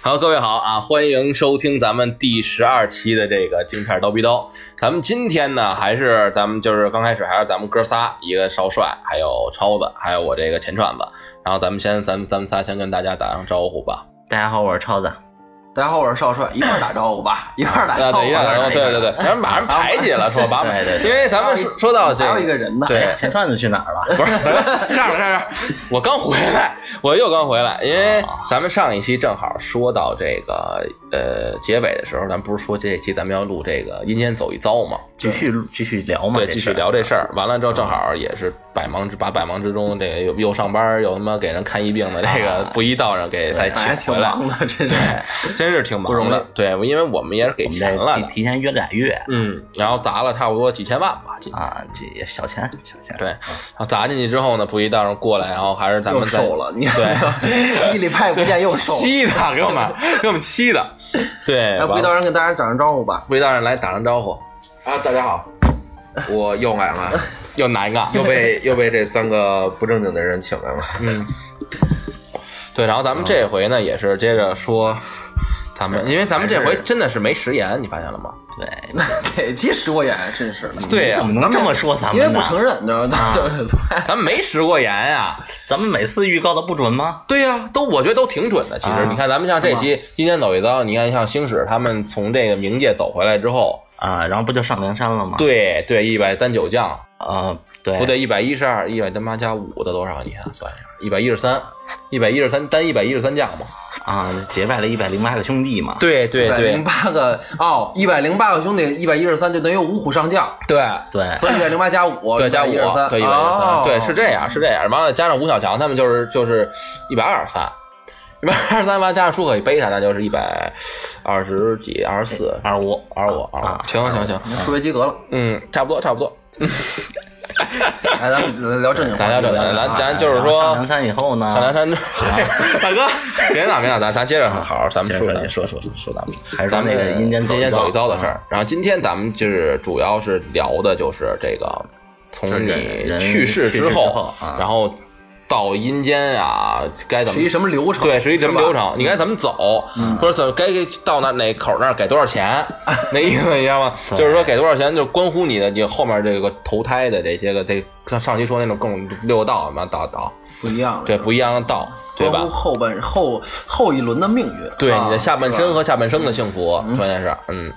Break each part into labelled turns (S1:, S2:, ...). S1: 好，各位好啊，欢迎收听咱们第十二期的这个京片儿刀逼刀。咱们今天呢，还是咱们就是刚开始还是咱们哥仨，一个少帅，还有超子，还有我这个钱串子。然后咱们先，咱们咱们仨先跟大家打声招呼吧。
S2: 大家好，我是超子。
S3: 大家好，我是少帅，一块儿打招呼吧，一块儿打
S1: 啊，
S3: 招呼
S1: 等一下，
S3: 吧。哎
S1: 然后对对对，咱们把人排挤了，说把，
S2: 对对对
S1: 因为咱们说说到这
S3: 还有一个人呢，
S1: 对，
S2: 钱串子去哪儿了？
S1: 不是， 这样这样这样，我刚回来，我又刚回来，因为咱们上一期正好说到这个呃结尾的时候，咱不是说这一期咱们要录这个阴间走一遭嘛？
S2: 继续继续聊嘛，
S1: 对，
S2: 这
S1: 继续
S2: 事儿
S1: 聊这事儿。完了之后，正好也是百忙之把百忙之中，这个又又上班，又他妈给人看疫病的这个
S2: 啊
S1: 不一道上给再
S3: 哎，还
S1: 请
S3: 挺
S1: 回来，
S3: 忙的，真是。
S1: 真是挺
S3: 不容
S1: 忙
S3: 易
S1: 的。对，因为我们也是给
S2: 我们
S1: 钱了
S2: 这
S1: 的
S2: 提，提前约俩月
S1: 嗯，然后砸了差不多几千万吧，今
S2: 啊，这也小钱小钱。
S1: 对，然后砸进去之后呢，不一道上过来，然后还是咱
S3: 又
S1: 们再
S3: 瘦了，你
S1: 对
S3: 看，一礼拜不见又 瘦了。
S1: 气的，给我们给我们气的。对，
S3: 那不到人跟大家打声招呼吧。
S1: 不一道人来打声招呼，
S4: 啊，大家好，我又来 了，
S1: 又哪一个？
S4: 又被又被这三个不正经的人请来了。
S1: 嗯，对，然后咱们这回呢也是接着说，咱们因为咱们这回真的嗯是没食言，你发现了吗？
S2: 对，
S3: 哪期实过眼，真是的，
S1: 对呀
S2: 怎、么能这么说咱
S3: 因为
S2: 们
S3: 不
S2: 呢？
S3: 承认，你知道
S1: 啊
S3: 吗？ 就是
S1: 咱们没食过言啊呀、
S2: 咱们每次预告的不准吗？
S1: 对呀、都我觉得都挺准的。其实
S2: 啊
S1: 你看，咱们像这期《今天走一遭》，你看像星矢他们从这个冥界走回来之后，
S2: 啊，然后不就上梁山了吗？，
S1: 对对，一百单九将，
S2: 啊，对，
S1: 不对，一百一十二，一百他妈加五的多少？你看算一下，一百一十三，一百一十三单一百一十三将嘛。
S2: 啊，结拜了一百零八个兄弟嘛。
S1: 对对
S3: 一百零八个哦，一百零八个兄弟，一百一十三就等于五虎上将，
S1: 对
S2: 对，
S3: 所以一百零八加五，
S1: 对，加五
S3: 哦
S1: 啊
S3: 一十三，
S1: 对一百一十
S3: 哦
S1: 三，对是这样是这样。完了加上吴小强他们就是就是一百二十三，一百二十三完加上舒克与贝塔那就是一百二十几二十四
S2: 二五
S1: 二十五二十
S2: 啊
S1: 五，行行行，
S3: 你数学及格了。
S1: 嗯，差不多差不多。
S3: 来，哎咱们聊正经话
S1: 咱聊
S3: 题，
S1: 正经
S3: 聊
S1: 呃咱咱
S3: 啊
S1: 就是说
S2: 上梁山以后呢，
S1: 上梁 山之，大哥，啊 别打别打，咱咱接着好好咱们说
S2: 接着说
S1: 咱们说说说说咱们
S2: 还是说
S1: 咱们
S2: 那个阴间走一遭
S1: 走一遭的事儿。然后今天咱们就是主要是聊的就是这个，从
S2: 就是
S1: 你
S2: 人
S1: 去世
S2: 去世之后啊
S1: 然后到阴间啊，该怎
S3: 是一
S1: 么
S3: 什么流程？
S1: 对，是一嗯什么
S3: 吧
S1: 流？程？你该怎么走，或者怎么该到那哪口那儿给多少 钱？那意思你知道吗？就是说给多少钱，就关乎你的你后面这个投胎的这些个这上上期说那种各种六道嘛道道，
S3: 不一样了，
S1: 对，不一样的道，对吧
S3: 关乎？后半后后一轮的命运，
S1: 对
S3: 哦啊
S1: 你的下半
S3: 是
S1: 身
S3: 吧
S1: 和下半生的幸福，关键是，嗯。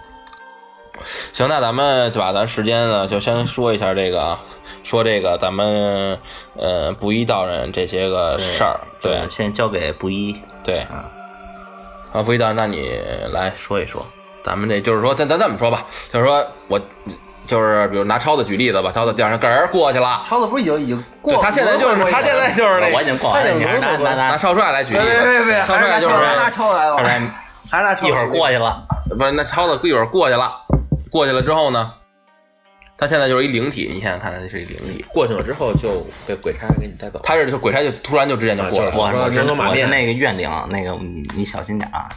S1: 行，那咱们就把咱时间呢，就先说一下这个，啊说这个咱们呃不一道人这些个事儿，对
S2: 先交给不一。
S1: 对。啊，不一道人，那你来说一说，咱们这就是说，咱咱这么说吧，就是说我就是比如拿超子举例子吧，超子第二天个人过去了，
S3: 超子不是已经已经过
S1: 对
S3: 了？
S1: 他现在就是他现在 就是那个
S2: 我已经过完
S3: 哎
S2: 了，你还是拿拿
S1: 拿
S2: 拿，
S1: 少帅来举例
S3: 别
S1: 子，
S3: 别别别，
S1: 少
S3: 还
S1: 帅
S3: 是拿
S1: 就
S3: 超
S1: 是
S3: 子还是拿超来吧，还是拿超
S2: 一会儿过去了。
S1: 不是，那超子一会儿过去了，过去了之后呢，他现在就是一灵体，你想想看，他是一灵体，
S4: 过去了之后就被鬼差给你带走了。
S1: 他是就鬼差就突然就之间就过来
S4: 啊
S1: 了，
S2: 我
S4: 说
S2: 我是
S4: 人头马
S2: 我是
S4: 面
S2: 那个怨灵，那个你你小心点啊！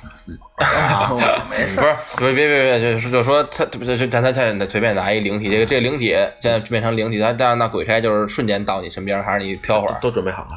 S3: 啊 没事，
S1: 不是，不是，别别别，就是就说他就就咱咱咱随便拿一灵体，这个这个灵体现在变成灵体，他但是那鬼差就是瞬间到你身边，还是你飘会儿，
S4: 都准备好了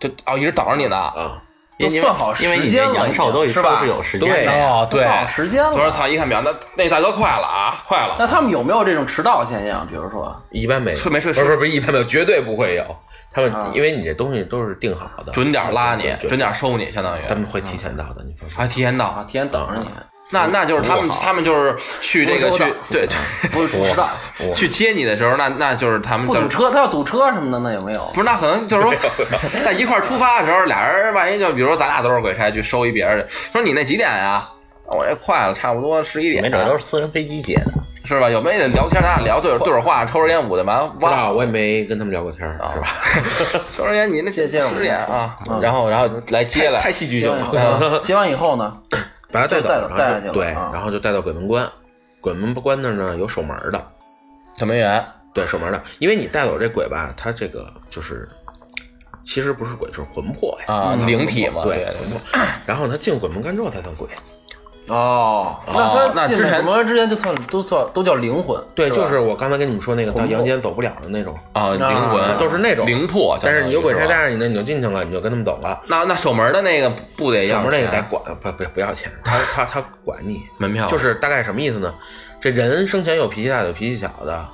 S1: 就哦一直等着你呢。
S4: 啊，
S3: 都算好哦时
S2: 因
S3: 间了，
S2: 为你这阳寿都
S3: 已经是
S2: 都
S3: 吧
S2: 是？有时间的，
S1: 哦，
S3: 都
S1: 对，
S3: 算好时间了。
S1: 我说操，一看表，那那大哥快了啊，快了。
S3: 那他们有没有这种迟到现象？比如说，
S4: 一般没有，
S1: 是没事
S4: 不是不是不是一般没有，绝对不会有。他
S3: 啊
S4: 们因为你这东西都是定好的，
S1: 准点拉你，准
S4: 准，
S1: 点收你，相当于
S4: 他们会提前到的，你放心。
S1: 还提前
S3: 啊，
S1: 到。
S3: 提前等着你，
S1: 那那就是他们，他们就是去这个
S3: 不
S1: 去
S3: 周到
S1: 对对，
S3: 不是迟到，
S1: 去接你的时候，那那就是他们
S3: 不
S1: 就
S3: 堵
S1: 是
S3: 车，他要堵车什么的，那有没有
S1: 不？是那可能就是说， 在一块儿出发的时候，俩人万一就比如说咱俩都是鬼差去收一别人的，说你那几点呀？我这快了，差不多十一点，啊
S2: 没准都是私人飞机接的。
S1: 是吧？有没有聊天？咱俩聊对对会儿话，抽根烟捂的完
S4: 不知
S1: 哇，
S4: 道，我也没跟他们聊过天儿，是吧？
S1: 抽根烟，你那
S3: 谢谢我们
S1: 十点啊，然后然后来接来
S4: 太，戏剧
S3: 接
S4: 性
S3: 完以
S4: 了
S3: 后，呢，接完以后呢？
S4: 把他带
S3: 就带走
S4: 走，
S3: 带
S4: 然
S3: 下
S4: 后
S3: 去了
S4: 就对，
S3: 啊
S4: 然后就带到鬼门关。鬼门关那儿呢有守门儿的，
S1: 守门员
S4: 对守门儿的，因为你带走这鬼吧，他这个就是其实不是鬼，就是魂魄呀。
S1: 啊，灵体嘛，
S4: 对，魂魄。然后他进鬼门关之后才算鬼，
S3: 哦，那
S1: 哦
S3: 他
S1: 那
S3: 进
S1: 之前
S3: 美国之前就算都算都叫灵魂，
S4: 对，
S3: 吧
S4: 就是我刚才跟你们说那个到
S3: 魂魄
S4: 阳间走不了的那种，
S1: 啊，灵魂
S4: 都是那种
S1: 灵魄，
S4: 但是你有鬼差
S1: 差
S4: 带着你呢，你就进去了，你就跟他们走了。
S1: 那那守门的那个不得要
S4: 上面那个得
S1: 钱
S4: 管，不不不要钱，他他他管你，
S1: 门票， 啊
S4: 就是大概什么意思呢？这人生前有脾气大，有脾气小的，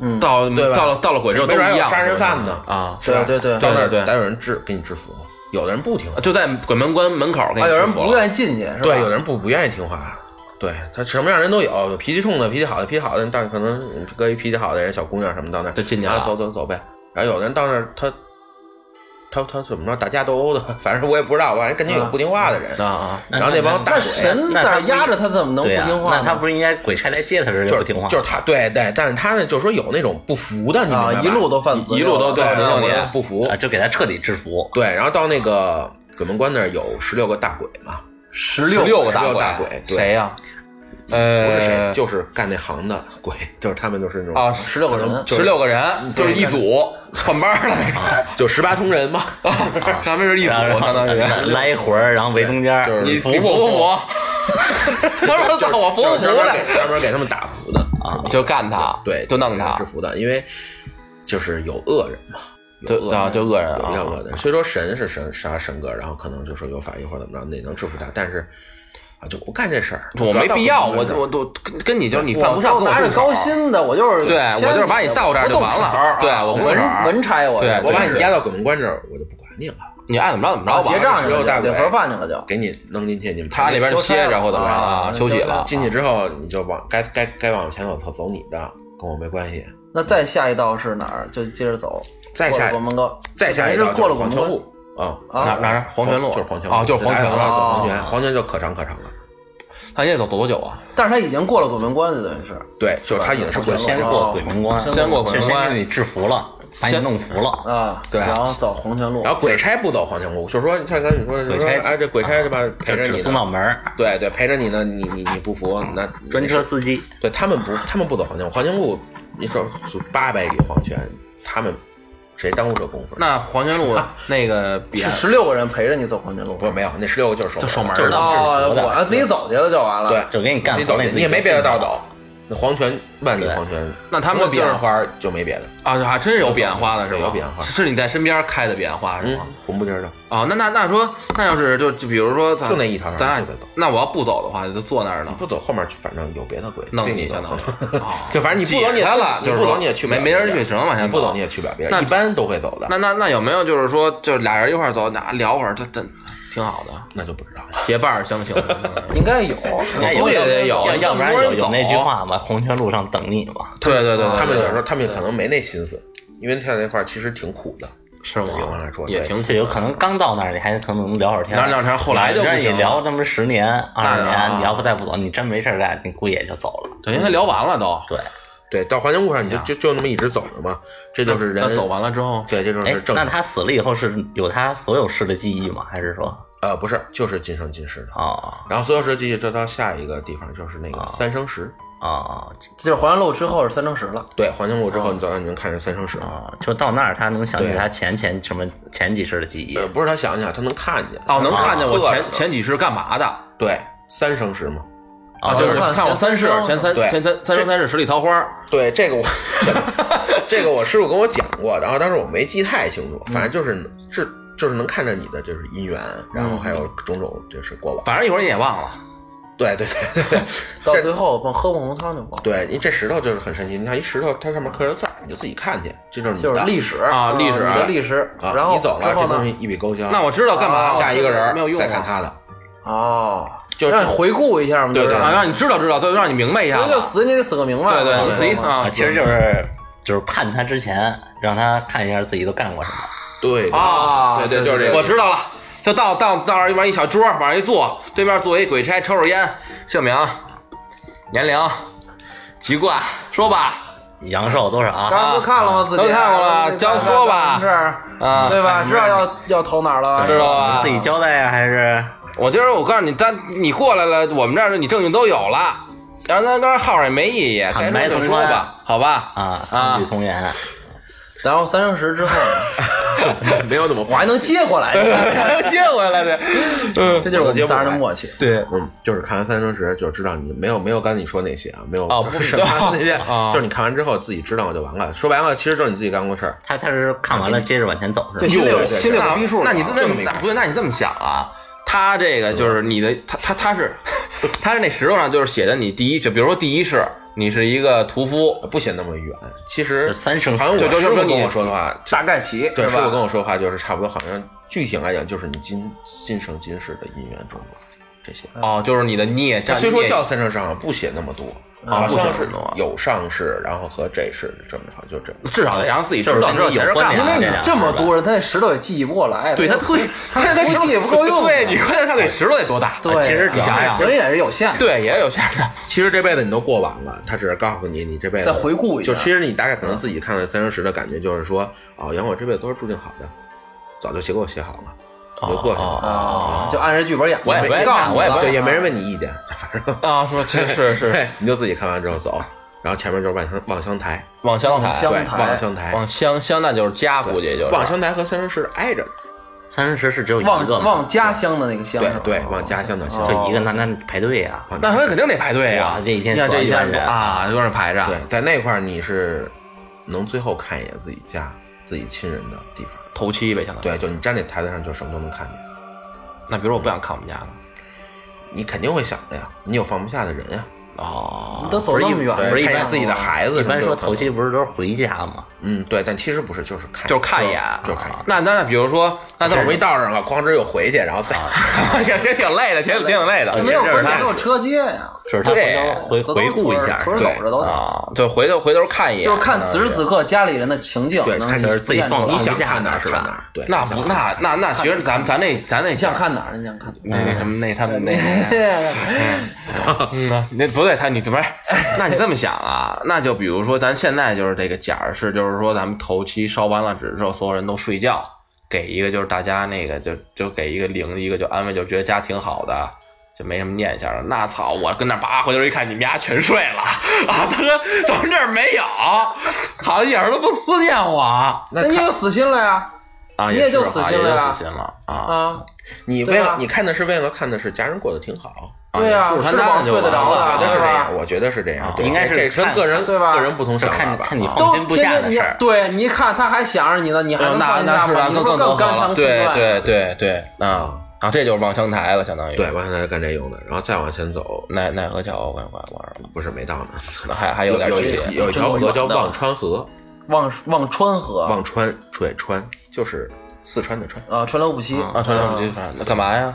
S3: 嗯，
S1: 到
S4: 对吧
S1: 到了到了鬼之后都
S4: 没
S1: 一
S4: 准还有
S1: 样，
S4: 杀人犯
S1: 呢
S4: 呢
S1: 啊，
S4: 是吧
S3: 对对对
S4: 到那儿
S1: 对对对
S4: 得有人制给你制服，有的人不听话，
S1: 就在鬼门关门口给你
S3: 啊，有人
S1: 制服了
S3: 不愿意进去，是吧？
S4: 对，有的人不不愿意听话，对他什么样人都有，有脾气冲的，脾气好的，脾气好的人到可能搁一脾气好的人小姑娘什么到那儿
S1: 就进去了
S4: 啊走走走呗。然后有的人到那儿他他他怎么着打架斗殴的，反正我也不知道，反正肯定有不听话的人，
S1: 啊啊，
S4: 然后那帮大
S3: 那
S4: 鬼
S3: 神
S2: 那
S3: 在
S2: 他
S3: 那
S2: 不
S3: 儿压着他，怎么能不
S2: 对呀
S3: 听话呢？
S2: 那他不是应该鬼差来接他时候
S4: 就
S2: 不
S4: 是
S2: 听话？
S4: 就是他，对对，但是他呢，就是说有那种不服的，你明白
S3: 啊，
S4: 吧
S3: 一路都犯自由
S1: 一路都
S4: 对
S1: 犯自由
S4: 让我
S1: 年
S4: 不服
S2: 啊，，就给他彻底制服。
S4: 对，然后到那个鬼门关那儿有十六个大鬼嘛，
S3: 十
S1: 十
S3: 六
S1: 六个
S4: 16
S1: 鬼，
S4: 个大鬼对
S1: 谁呀？呃，
S4: 不是谁，就是干那行的鬼，就是他们就是那种
S1: 啊
S3: 十六个人，
S4: 就是
S1: 十六个人，就是一组换班儿了，
S4: 就十八通人嘛，
S1: 啊他们是一组，
S2: 然后
S1: 相当于
S2: 然后拉一魂儿，然后围中间，
S4: 就是
S1: 你
S2: 服
S1: 你
S2: 不
S1: 服不服？ 他说让我服
S4: 就
S1: 不
S4: 是
S1: 服
S4: 专门
S1: 来，
S4: 给专门给他们打服的，
S2: 啊？
S1: 就干他，
S4: 对，
S1: 就弄他
S4: 制，服的，因为就是有恶人嘛。有
S1: 对
S4: 恶人
S1: 啊就恶人
S4: 有
S1: 啊
S4: 比较恶人。虽说神是神杀神格，然后可能就说有法医或者怎么着，那能制服他，但是啊就不干这事儿，
S1: 我没必要，我
S4: 就
S1: 我都跟跟你就是你
S3: 啊我
S1: 犯不上，跟
S3: 拿
S1: 我
S3: 着
S1: 动手
S3: 高，薪的，我就是
S1: 对
S3: 牵起
S1: 我就是把你到这儿就完了
S3: 我动手啊
S1: 对我不动手
S3: 文文差我，
S1: 对
S4: 我把
S1: 对
S4: 你押到鬼门关这儿，我就不管你了，
S1: 你爱怎么着怎么着
S3: 然后
S1: 吧，
S3: 啊结账去
S4: 16大
S3: 了，
S4: 鬼
S3: 领盒饭去了就。
S4: 给你弄进去，你们
S1: 他那边就歇着或者啊
S3: 啊
S1: 休息了，
S4: 进去之后，你就往该该该往前走，走走你的，跟我没关系。
S3: 那再下一道是哪儿？就接着走，
S4: 再下
S3: 过了鬼门关，
S4: 再下一
S3: 等于
S4: 道
S3: 是过了鬼
S4: 黄
S3: 门
S4: 泉
S3: 关
S4: 路啊，
S1: 啊哪
S3: 啊，
S1: 哪儿黄泉路
S4: 就是黄泉路
S1: 啊，就是黄泉
S4: 大家
S1: 路，
S4: 走黄泉，
S3: 哦
S4: 黄泉就可长可长了。
S1: 他也走走多久啊？
S3: 但是他已经过了鬼门关了，等于是。
S4: 对，就是他也是鬼
S3: 黄泉
S2: 先
S4: 门
S3: 路
S4: 关，
S2: 过鬼门关，
S1: 先过鬼门关
S2: 就先给你制服了，把你弄服了。
S3: 啊，
S4: 对
S3: 然后走黄泉路，
S4: 然后鬼差不走黄泉路，就是说，你看刚才你说，
S2: 鬼
S4: 就
S2: 差啊
S4: 是说哎，这鬼差是吧，陪
S2: 就
S4: 着
S2: 只
S4: 你
S2: 送到
S4: 呢，
S2: 门儿，
S4: 对对，陪着你呢，你你你不服，那
S2: 专车司机
S4: 对他们不，他们不走黄泉路，黄泉路，你说就八百里黄泉，他们谁耽误这功夫？
S1: 那黄泉路 那个比
S3: 是十六个人陪着你走黄泉路。
S4: 不没有，那十六个就是
S1: 就守门
S4: 的
S2: 就是
S1: 的，
S2: 制
S3: 哦
S2: 服，的
S3: 我啊自己走去了就完了。
S4: 对，
S2: 就给你干
S4: 自己走
S2: 活了
S4: 你
S2: 你自己
S4: 也没别的道
S2: 走
S4: 走。那黄泉万里
S2: 对
S4: 黄泉，
S1: 那他们
S4: 除了
S1: 别
S4: 别
S1: 的
S4: 人花儿就没别的，
S1: 啊，还真是有彼岸花的是吧？
S4: 有彼岸花
S1: 是是你在身边开的彼岸花是
S4: 嗯
S1: 吗？，
S4: 红不丁儿的，
S1: 啊，那那那说，那要是就就比如说咱
S4: 就那一条，
S1: 咱
S4: 就
S1: 俩
S4: 得走，
S1: 那我要不走的话，就坐那儿呢，
S4: 不走后面反正有别的鬼
S1: 弄
S4: 对
S1: 你相
S4: 走
S1: 当于。啊
S4: 就反正你不走你
S1: 挤
S4: 也
S1: 开了，
S4: 你
S1: 就是
S4: 不走
S1: 说
S4: 你也去不
S1: 没
S4: 了
S1: 没
S4: 别
S1: 人
S4: 的
S1: 去，只能往前
S4: 你不走你也去不了别人，
S1: 那
S4: 一般都会走的，
S1: 那那那有没有就是说，就是俩人一块儿走，俩聊会儿，这这挺好的，
S4: 那就不知道了。
S1: 结伴儿 相行。
S3: 应该有，
S2: 应该
S1: 估
S2: 有
S1: 计得有
S2: 要要不然
S1: 那么多
S2: 有
S1: 人
S2: 有那句
S1: 走
S2: 话嘛，黄泉路上等你嘛。
S1: 对对对对，
S4: 他
S1: 对
S4: 们有时候他们可能没那心思，因为跳那块儿其实挺苦的，
S1: 是
S4: 对我来
S1: 吗？
S4: 说
S1: 哦也
S4: 对
S1: 挺苦
S2: 就有可能刚到那儿，你还可能聊会儿天儿，
S1: 聊聊天儿后来就不行了
S2: 你这一聊他妈十年、二十
S1: 啊
S2: 年，你要不再不走，你真没事儿干，你估计也就走了。
S1: 等于他聊完了都，
S2: 对，
S4: 对，到黄泉路上你就就就那么一直走着嘛，这就是
S1: 那
S4: 人
S1: 走，完了之后，
S4: 对，这就
S2: 哎
S4: 是，正
S2: 那
S4: 常。
S2: 他死了以后是有他所有事的记忆吗？还是说
S4: 呃，不是，就是今生今世的。
S2: 啊
S4: 然后所有事记忆，这到下一个地方就是
S1: 哦
S4: 那个三生石。
S2: 啊
S3: 就是黄泉路之后是三乘十了。
S4: 对，黄泉路
S1: 哦
S4: 之后，你走到你能看见三生石。
S2: 啊？就到那儿，他能想起
S4: 对
S2: 他前前什么前几世的记忆哦
S4: 呃，不是他想想，他能看见。
S1: 哦，能看见我
S4: 饿
S1: 前
S4: 着
S1: 前几世干嘛的
S4: 对三生石嘛。
S1: 啊？就是
S3: 看
S1: 看我三世
S3: 前
S1: 前三
S4: 对
S1: 前三三生三世十里桃花。
S4: 对这个我，这个我师傅跟我讲过，然后当时我没记太清楚，反正就是
S1: 嗯
S4: 是就是能看着你的就是姻缘，然后还有种种就是过往。
S1: 反正一会儿你也忘了，
S4: 对对对对
S3: 到最后碰喝孟红汤就忘了，
S4: 对，因为这石头就是很神奇，你看一石头，它上面刻着字儿，你就自己看去，这就是你
S3: 就是
S4: 的
S3: 历史
S1: 啊历史
S3: 你的历史。
S4: 啊。
S3: 然后
S4: 你走了，
S3: 之后
S4: 这
S3: 呢
S4: 东西？一笔勾销。
S1: 那我知道干嘛
S3: 啊
S1: 了，
S4: 下一个人
S1: 没有用啊
S4: 再看他的，
S3: 哦，
S4: 就
S3: 让你回顾一下嘛，
S4: 对
S3: 就是
S4: 对
S1: 啊，让你知道知道，就让你明白一下
S3: 所
S1: 嘛。
S3: 以就死你得死个明白嘛，
S1: 对对，你
S3: 知道
S1: 自己
S3: 吗
S1: 想啊，
S2: 其实就是就是判他之前，让他看一下自己都干过什么。
S4: 对
S1: 啊
S4: 对对，就是这
S1: 我
S4: 个。
S1: 知道了，就到到到那儿往一小桌往上一坐，对面坐一鬼差，抽抽烟，姓名、年龄、籍贯，说吧，
S2: 阳寿多少啊？
S3: 刚才不看了吗？自己
S1: 都看过了交说吧
S3: 是
S1: 啊
S3: 对吧？
S1: 干什么
S3: 知道要要投哪儿了吧？
S1: 知道啊
S2: 你自己交代呀，还是
S1: 我今儿我告诉你，但你过来了，我们这儿你证据都有了，然后咱跟号上也没意义，
S2: 坦
S1: 该
S2: 白
S1: 说就
S2: 从
S1: 说
S2: 宽
S1: 吧，好吧，
S2: 啊？
S1: 啊
S2: 从从严。
S3: 然后三生石之后呢，
S4: 没有那么
S3: 我还能接 回来，你看
S1: 接回来的，嗯
S3: 这就是我们仨人的默契。
S1: 对，
S4: 嗯，就是看完《三生石》就知道你没有没有刚才你说那些啊，没有
S1: 哦不
S4: 是那些，
S1: 啊
S4: 就是你看完之后自己知道就完了。说白了，其实就是你自己干过事儿。
S2: 他他是看
S1: 嗯
S2: 完了接着往前走是
S3: 对
S2: 吧？
S3: 心里有
S4: 哟
S3: 心里有逼数了
S1: 那
S3: 啊，
S1: 你
S4: 这
S1: 这
S4: 么
S1: 么
S4: 一个
S1: 那不对，那你这么想啊？他这个就是你的，他他他是他是那石头上就是写的你第一，就比如说第一世你是一个屠夫，
S4: 不嫌那么远，其
S2: 就
S4: 实
S2: 是三生
S4: 好像我
S1: 就就
S4: 师
S1: 就
S4: 傅
S1: 说
S4: 跟
S1: 你
S4: 我说的话，
S3: 大概齐，
S4: 对，
S3: 是
S4: 师傅跟
S3: 吧？
S4: 我说话就是差不多，好像具体来讲就是你今今生今世的姻缘种种这些。
S1: 哦，就是你的孽
S4: 它
S1: 障。
S4: 嗯虽说
S1: 孽
S4: 叫三生上，好像不写那么多，
S1: 啊
S4: 好像
S1: 不写那
S4: 是
S1: 么多
S4: 有上世，然后和这世这么好，就这。
S1: 至少得让自己知道
S2: 就
S1: 知道
S2: 是跟你有
S1: 前面
S2: 关
S1: 干
S2: 联
S1: 嘛的
S3: 因为你
S2: 这样
S3: 这么多人，他那石头也记不过来，
S1: 对他
S3: 推
S1: 推，
S3: 他
S1: 他
S3: 那
S1: 那
S3: 估
S1: 石头
S3: 计也不够用。
S1: 啊对你关键看那石头得多大，啊
S3: 对，
S2: 其实你想想
S3: 人也是有限的。
S1: 对也有下的。
S4: 其实这辈子你都过完了，他只是告诉你你这辈子
S3: 再回顾一下
S4: 就其实你大概可能自己看了三生石的感觉就是说，哦，原来我这辈子都是注定好的，早就写给我写好了，我就过去了。
S3: 啊，就按着剧本演。
S1: 我也不爱
S3: 没告诉
S1: 看
S3: 你
S1: 我也不爱
S3: 了
S4: 对，也没人问你意见，反正
S1: 啊，说这是 是
S4: 对，你就自己看完之后走，然后前面就是望乡望乡台，
S1: 望乡
S3: 望
S1: 台
S3: 乡，
S4: 对，
S3: 台
S4: 望乡台，
S1: 望乡乡那就是家，
S4: 对
S1: 估计就是
S4: 望乡台和三生石挨着，
S2: 三生石是只有一
S3: 望
S2: 个嘛，
S3: 望啊家乡的那个乡
S4: 对
S3: 是吧，
S4: 对，往家乡的乡，
S3: 哦
S2: 就一个那那你排队啊，
S4: 望
S1: 那
S4: 乡
S1: 他肯定得排队啊呀
S2: 哇，这一天
S1: 你看这一
S2: 左右
S1: 天
S2: 人
S1: 啊，多少排着，
S4: 对，在那块儿你是能最后看一眼自己家、自己亲人的地方，
S1: 头七呗，相当于。
S4: 对，就你站那台子上就什么都能看见。
S1: 那比如我不想看我们家了，
S4: 你肯定会想的呀，你有放不下的人呀，
S1: 哦
S3: 你，都走那么远
S1: 啊
S3: 了，
S4: 对
S2: 不是一
S4: 看
S2: 般
S4: 见自己的孩子，
S2: 一般说头七，不是都是回家吗？
S4: 嗯，对，但其实不是，就是看，
S1: 就是看一眼，啊
S4: 就是看一眼。
S1: 那那那比如说，那
S4: 那
S1: 怎么
S4: 好不容 易到上了，哐哧又回去，然后再
S1: 也挺挺累的，挺挺累的
S4: 呃
S2: 而且
S3: 没有
S2: 这
S3: 不
S2: 是
S3: 是
S2: 他
S3: 没有车接呀，
S2: 就是他
S1: 对
S2: 回头回回顾一下，
S3: 腿儿走着都得，
S1: 啊。对，回头回头看一眼，啊
S3: 就是看此时此刻家里人的情景，
S4: 对
S3: 能
S4: 看
S3: 体
S2: 就是自己
S3: 验
S2: 放
S3: 出来
S4: 你
S2: 松
S4: 想
S2: 放不下
S4: 看哪儿
S2: 是
S4: 看
S2: 吧
S4: 哪儿，对，
S1: 那
S4: 你想
S1: 不那那那，其实咱咱那咱那
S3: 你想看哪儿？你想看哪
S1: 那那什么那他 们那。
S3: 儿？
S1: 嗯呐，那不对，他你不是？那你这么想啊？那就比如说，咱现在就是这个假儿是，就是说咱们头期烧完了纸之后，所有人都睡觉，给一个就是大家那个就就给一个零，一个就安慰，就觉得家挺好的，就没什么念想了。那操，我跟那儿叭回头一看，你们家全睡了啊！他说怎么这儿没有？好像一点儿都不思念我啊！
S3: 那你就死心了呀！
S1: 啊，
S3: 你
S1: 也
S3: 也就是死
S1: 啊
S3: 心
S1: 也
S3: 了
S1: 就
S3: 呀
S1: 死心了啊！
S3: 啊，
S4: 你为
S3: 对吧
S4: 了你看的是为了看的是家人过得挺好，
S3: 对呀
S1: 啊，你
S3: 吃
S1: 看他
S3: 饱
S1: 那就
S3: 睡得
S1: 完
S3: 着
S1: 了
S3: 啊
S4: 我觉得是这
S3: 对吧
S4: 样，我觉得是这样
S1: 啊，
S4: 对
S2: 应该是
S4: 这跟
S2: 看
S4: 个人
S3: 对吧
S4: 个人不同
S2: 是
S4: 想
S2: 看
S4: 法
S2: 你
S4: 吧，
S2: 看你
S4: 啊
S2: 放
S3: 都
S2: 心不
S3: 天
S2: 下的
S3: 天你
S2: 事儿。
S3: 对你一看他还想着你呢，你还
S1: 哎呦
S3: 能
S1: 那
S3: 放
S1: 那
S3: 下
S1: 是
S3: 吗？
S1: 咱
S3: 你
S1: 更
S3: 不是
S1: 更
S3: 甘
S1: 好了，
S3: 棠
S1: 对对
S3: 对
S1: 对对，啊啊，这就是望乡台了，相当于
S4: 对，我现在干这用的，然后再往前走，
S1: 奈奈何桥，我我我是吧
S4: 不是没到呢，
S1: 可能还还有
S4: 有
S1: 点
S4: 有
S1: 距
S4: 一
S1: 离。
S4: 有一条河叫忘川河，
S3: 忘忘川河
S4: 忘川对川就是四川的川，
S3: 啊，川流不息
S1: 啊，川流不息，那干嘛呀？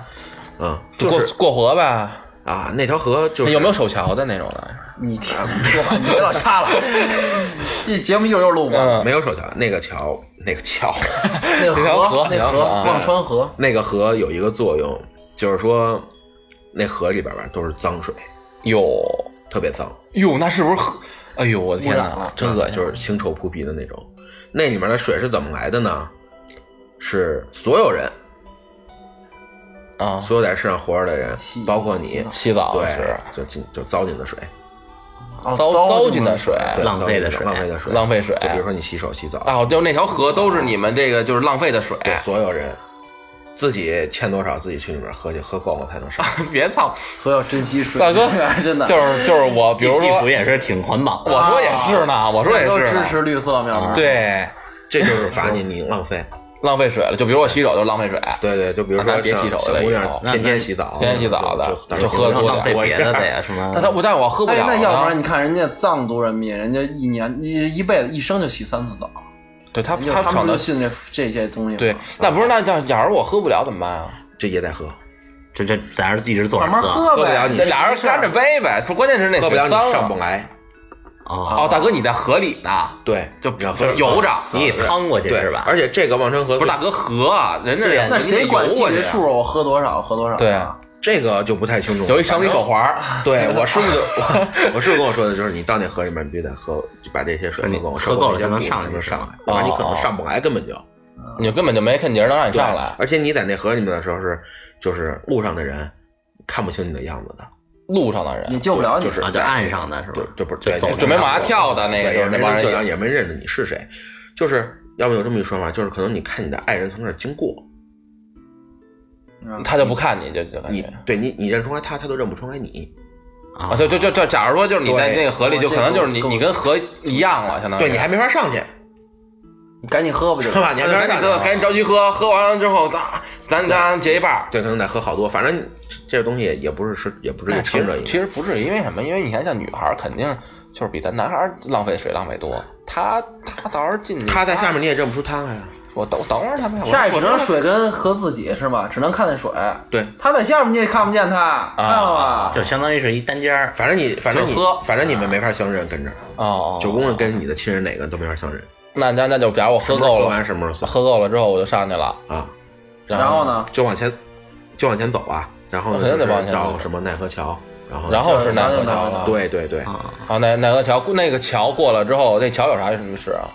S4: 嗯，
S1: 就
S4: 就是
S1: 过过河吧。
S4: 啊那条河就是
S1: 有没有守桥的那种的？
S3: 你听你说吧，你别老 插了，这节目一会儿又录吗？
S1: 嗯，
S4: 没有手桥？那个桥那个桥
S3: 那
S1: 这条
S3: 河
S1: 河
S3: 那
S1: 这条河
S3: 河
S1: 啊
S3: 忘川河，
S4: 那个河有一个作用，就是说那河里边吧都是脏水，
S1: 哟
S4: 特别脏，
S1: 哟，那是不是河？哎呦，我的天
S3: 污染
S1: 哪
S3: 了，
S1: 真恶心！
S4: 就是腥臭扑鼻的那种。那里面的水是怎么来的呢？是所有人，
S1: 啊，
S4: 所有在世上活着的人
S3: 气，
S4: 包括你，
S1: 洗澡
S4: 对
S1: 是，
S4: 就进就糟践的水，
S3: 哦
S1: 糟糟践
S3: 进
S1: 哎的水，
S4: 对
S2: 浪费的水
S4: 浪费的水，
S1: 浪费水
S4: 就比如说你洗手、洗澡，
S1: 啊，就那条河都是你们这个就是浪费的水。
S4: 对所有人自己欠多少，自己去里面喝去，喝够了才 能上。
S1: 别操，
S3: 所以要珍惜水，
S1: 大哥
S3: 真的，
S1: 就是就是我，比如
S2: 地
S1: 说
S2: 府也是挺环保的，
S1: 我说也是呢，我说也
S3: 都
S1: 是
S3: 支
S1: 呢，
S3: 持绿色面包。
S1: 对，
S4: 这就是罚你，你浪费。
S1: 浪费水了。就比如我洗手就浪费水，
S4: 对对，就比如
S1: 那
S4: 说
S1: 咱别
S4: 像
S1: 洗手
S4: 小
S1: 了以
S4: 姑娘
S1: 后
S4: 天天洗澡，
S1: 天天洗澡的
S4: 就
S1: 就喝
S2: 然后
S1: 多
S2: 浪费
S1: 点
S2: 别的呀，什么
S1: 那他我但我喝不
S3: 哎，
S1: 了。
S3: 那要不然你看人家藏族人民，人家一年一一辈子一生就洗三次澡，
S1: 对他
S3: 人家他
S1: 抢
S3: 们
S1: 的
S3: 就信这这些东西。
S1: 对，，那不是那叫假如我喝不了怎么办啊？
S4: 这也得喝，
S2: 这这咱是一直坐着
S3: 慢慢
S2: 喝
S3: 喝
S4: 喝不
S3: 呗。
S4: 了你
S1: 这俩人干着杯呗，不，关键是那
S4: 喝不了
S1: 水脏啊
S4: 你上不来。
S2: 啊，
S1: 哦，大哥你在河里呢，
S4: 对，
S1: 就
S4: 你要喝
S1: 就游着
S2: 你得趟过去
S4: 对
S2: 是吧？
S4: 而且这个望川河
S1: 不是大哥河啊，人家
S2: 对呀
S3: 那谁管
S1: 你
S3: 记
S1: 得游
S3: 这
S1: 啊
S3: 数？我喝多少喝多少？
S1: 对
S3: 啊，
S4: 这个就不太清楚了。
S1: 有一小米手
S4: 反
S1: 环儿，
S4: 正，对我师傅就我我师傅跟我说的就是，你到那河里面，你必须得喝，就把这些水
S2: 你
S4: 喝够，
S2: 喝够了
S4: 才
S2: 才能上
S4: 上
S2: 去
S4: 能
S2: 是
S4: 上
S2: 吧
S4: 来，要不然你可能
S1: 哦
S4: 上不来，根本就
S1: 你就根本就没看节儿能让你上来。
S4: 而且你在那河里面的时候是，就是路上的人看不清你的样子的，
S1: 路上的
S3: 也
S1: 人，
S3: 救不了你。
S4: 就是
S2: 啊，就岸上的是吧
S4: 就？就不是对
S2: 走
S4: 那
S1: 准备往下跳的那个
S4: 对也
S1: 就是那
S4: 没
S1: 帮人
S4: 人救
S1: 也
S4: 援，也没认得你是谁，就是要么有这么一说法，就是可能你看你的爱人从这儿经过，
S3: 嗯
S1: 他就不看你，就就感
S4: 你
S1: 觉
S4: 对你你认不出来他，他都认不出来你。
S1: 啊，就就就就，假如说就是你在
S4: 对
S1: 那个河里，就可能就是你
S3: 哦这个
S1: 你跟河一样了，相当于
S4: 对你还没法上去，
S3: 你赶紧喝吧，就是
S4: 吧？你还没法
S1: 呃赶紧
S4: 上
S1: 喝，
S4: 去。
S1: 赶紧着急喝，喝完了之后，咱咱咱结一半儿。
S4: 对，可能得喝好多，反正这个东西也也不是是也不是
S1: 那
S4: 个
S1: 哎其
S4: 强者
S1: 实
S4: 饮
S1: 其实不至于，因为什么？因为你看，像女孩儿肯定就是比咱男孩儿浪费水浪费多。她她到时候进去，
S4: 他在下面你也认不出他来呀。啊
S1: 我等等会儿他们
S3: 下一
S1: 我
S3: 只能水跟和自己是吗？只能看见水，
S4: 对，
S3: 他在下面你也看不见
S1: 啊
S3: 他，看了吧？
S2: 就相当于是一单间儿，
S4: 反正你反正你
S1: 就喝哎
S4: 反正你们没法相认，跟这儿
S1: 哦，
S4: 九公公跟你的亲人哪个都没法相认。
S1: 那那那就假如我喝够
S4: 喝
S1: 了，
S4: 完什么时候算
S1: 喝够了之后我就上去了，
S4: 啊？
S3: 然后？呢？
S4: 就往前就往前走啊，然后呢
S1: 我肯定得
S4: 就是
S1: 往前走
S4: 到什么奈何桥，然后
S1: 然后是奈何桥了，，
S4: 对对对，
S1: 啊，奈奈何桥那个桥过了之后，那桥有啥什么事啊？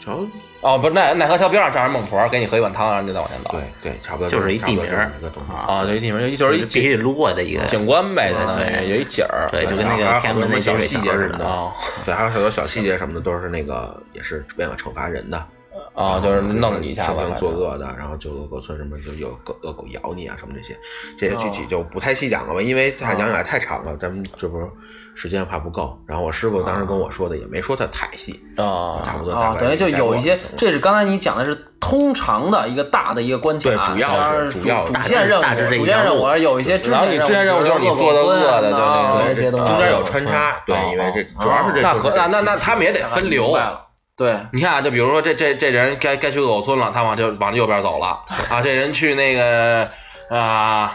S4: 桥
S1: 哦，不是奈奈何桥边上站着孟婆，给你喝一碗汤，啊然后你再往前走。
S4: 对对，差不多
S2: 就是一
S4: 差不
S2: 地
S4: 多
S2: 名
S4: 这
S2: 儿
S4: 么一个东西。
S1: 啊，就一地名，就就是一
S2: 必
S1: 景
S2: 须得路过的一个，
S1: 景观呗，相当于
S2: 对
S1: 有一景儿。
S2: 对，就跟
S4: 然
S2: 那
S4: 后
S2: 个
S4: 还
S2: 天
S4: 有好
S2: 安
S4: 多
S2: 门
S4: 什
S2: 那
S4: 么
S2: 积水
S4: 小细节
S2: 桥
S4: 什
S2: 似
S4: 么
S2: 的，
S4: 的
S1: 哦，
S4: 对，还有很多小细节什么的，都是那个也是为了惩罚人的
S1: 啊，就是弄你一下
S4: 生
S1: 子
S4: 性，作恶的，然后九恶狗村什么就有狗恶狗咬你啊什么这些，这些具
S3: 哦
S4: 体就不太细讲了吧，因为再讲起来太长了，咱们这不是时间怕不够。然后我师傅当时跟我说的也没说的太细，
S1: 啊
S4: 差不多大
S3: 啊，
S4: 概
S3: 哦等于就有一些
S4: 概括，
S3: 这是刚才你讲的是通常的一个大的一个关卡，
S4: 对主要是
S3: 当然
S4: 主
S3: 主
S4: 要是
S3: 主线任务
S2: 大致这，一
S3: 主线
S2: 条
S3: 任
S2: 路
S3: 务而有一些支
S1: 然后你支线任务就是你做的恶的
S3: 啊
S4: 哦
S1: 对对对
S3: 这些东西
S4: 中间有穿插，对，因为这主要是这
S1: 那和那那那他们也得分流
S3: 明。白了对，
S1: 你看啊，就比如说这这这人该该去狗村了，他往就往右边走了啊，这人去那个啊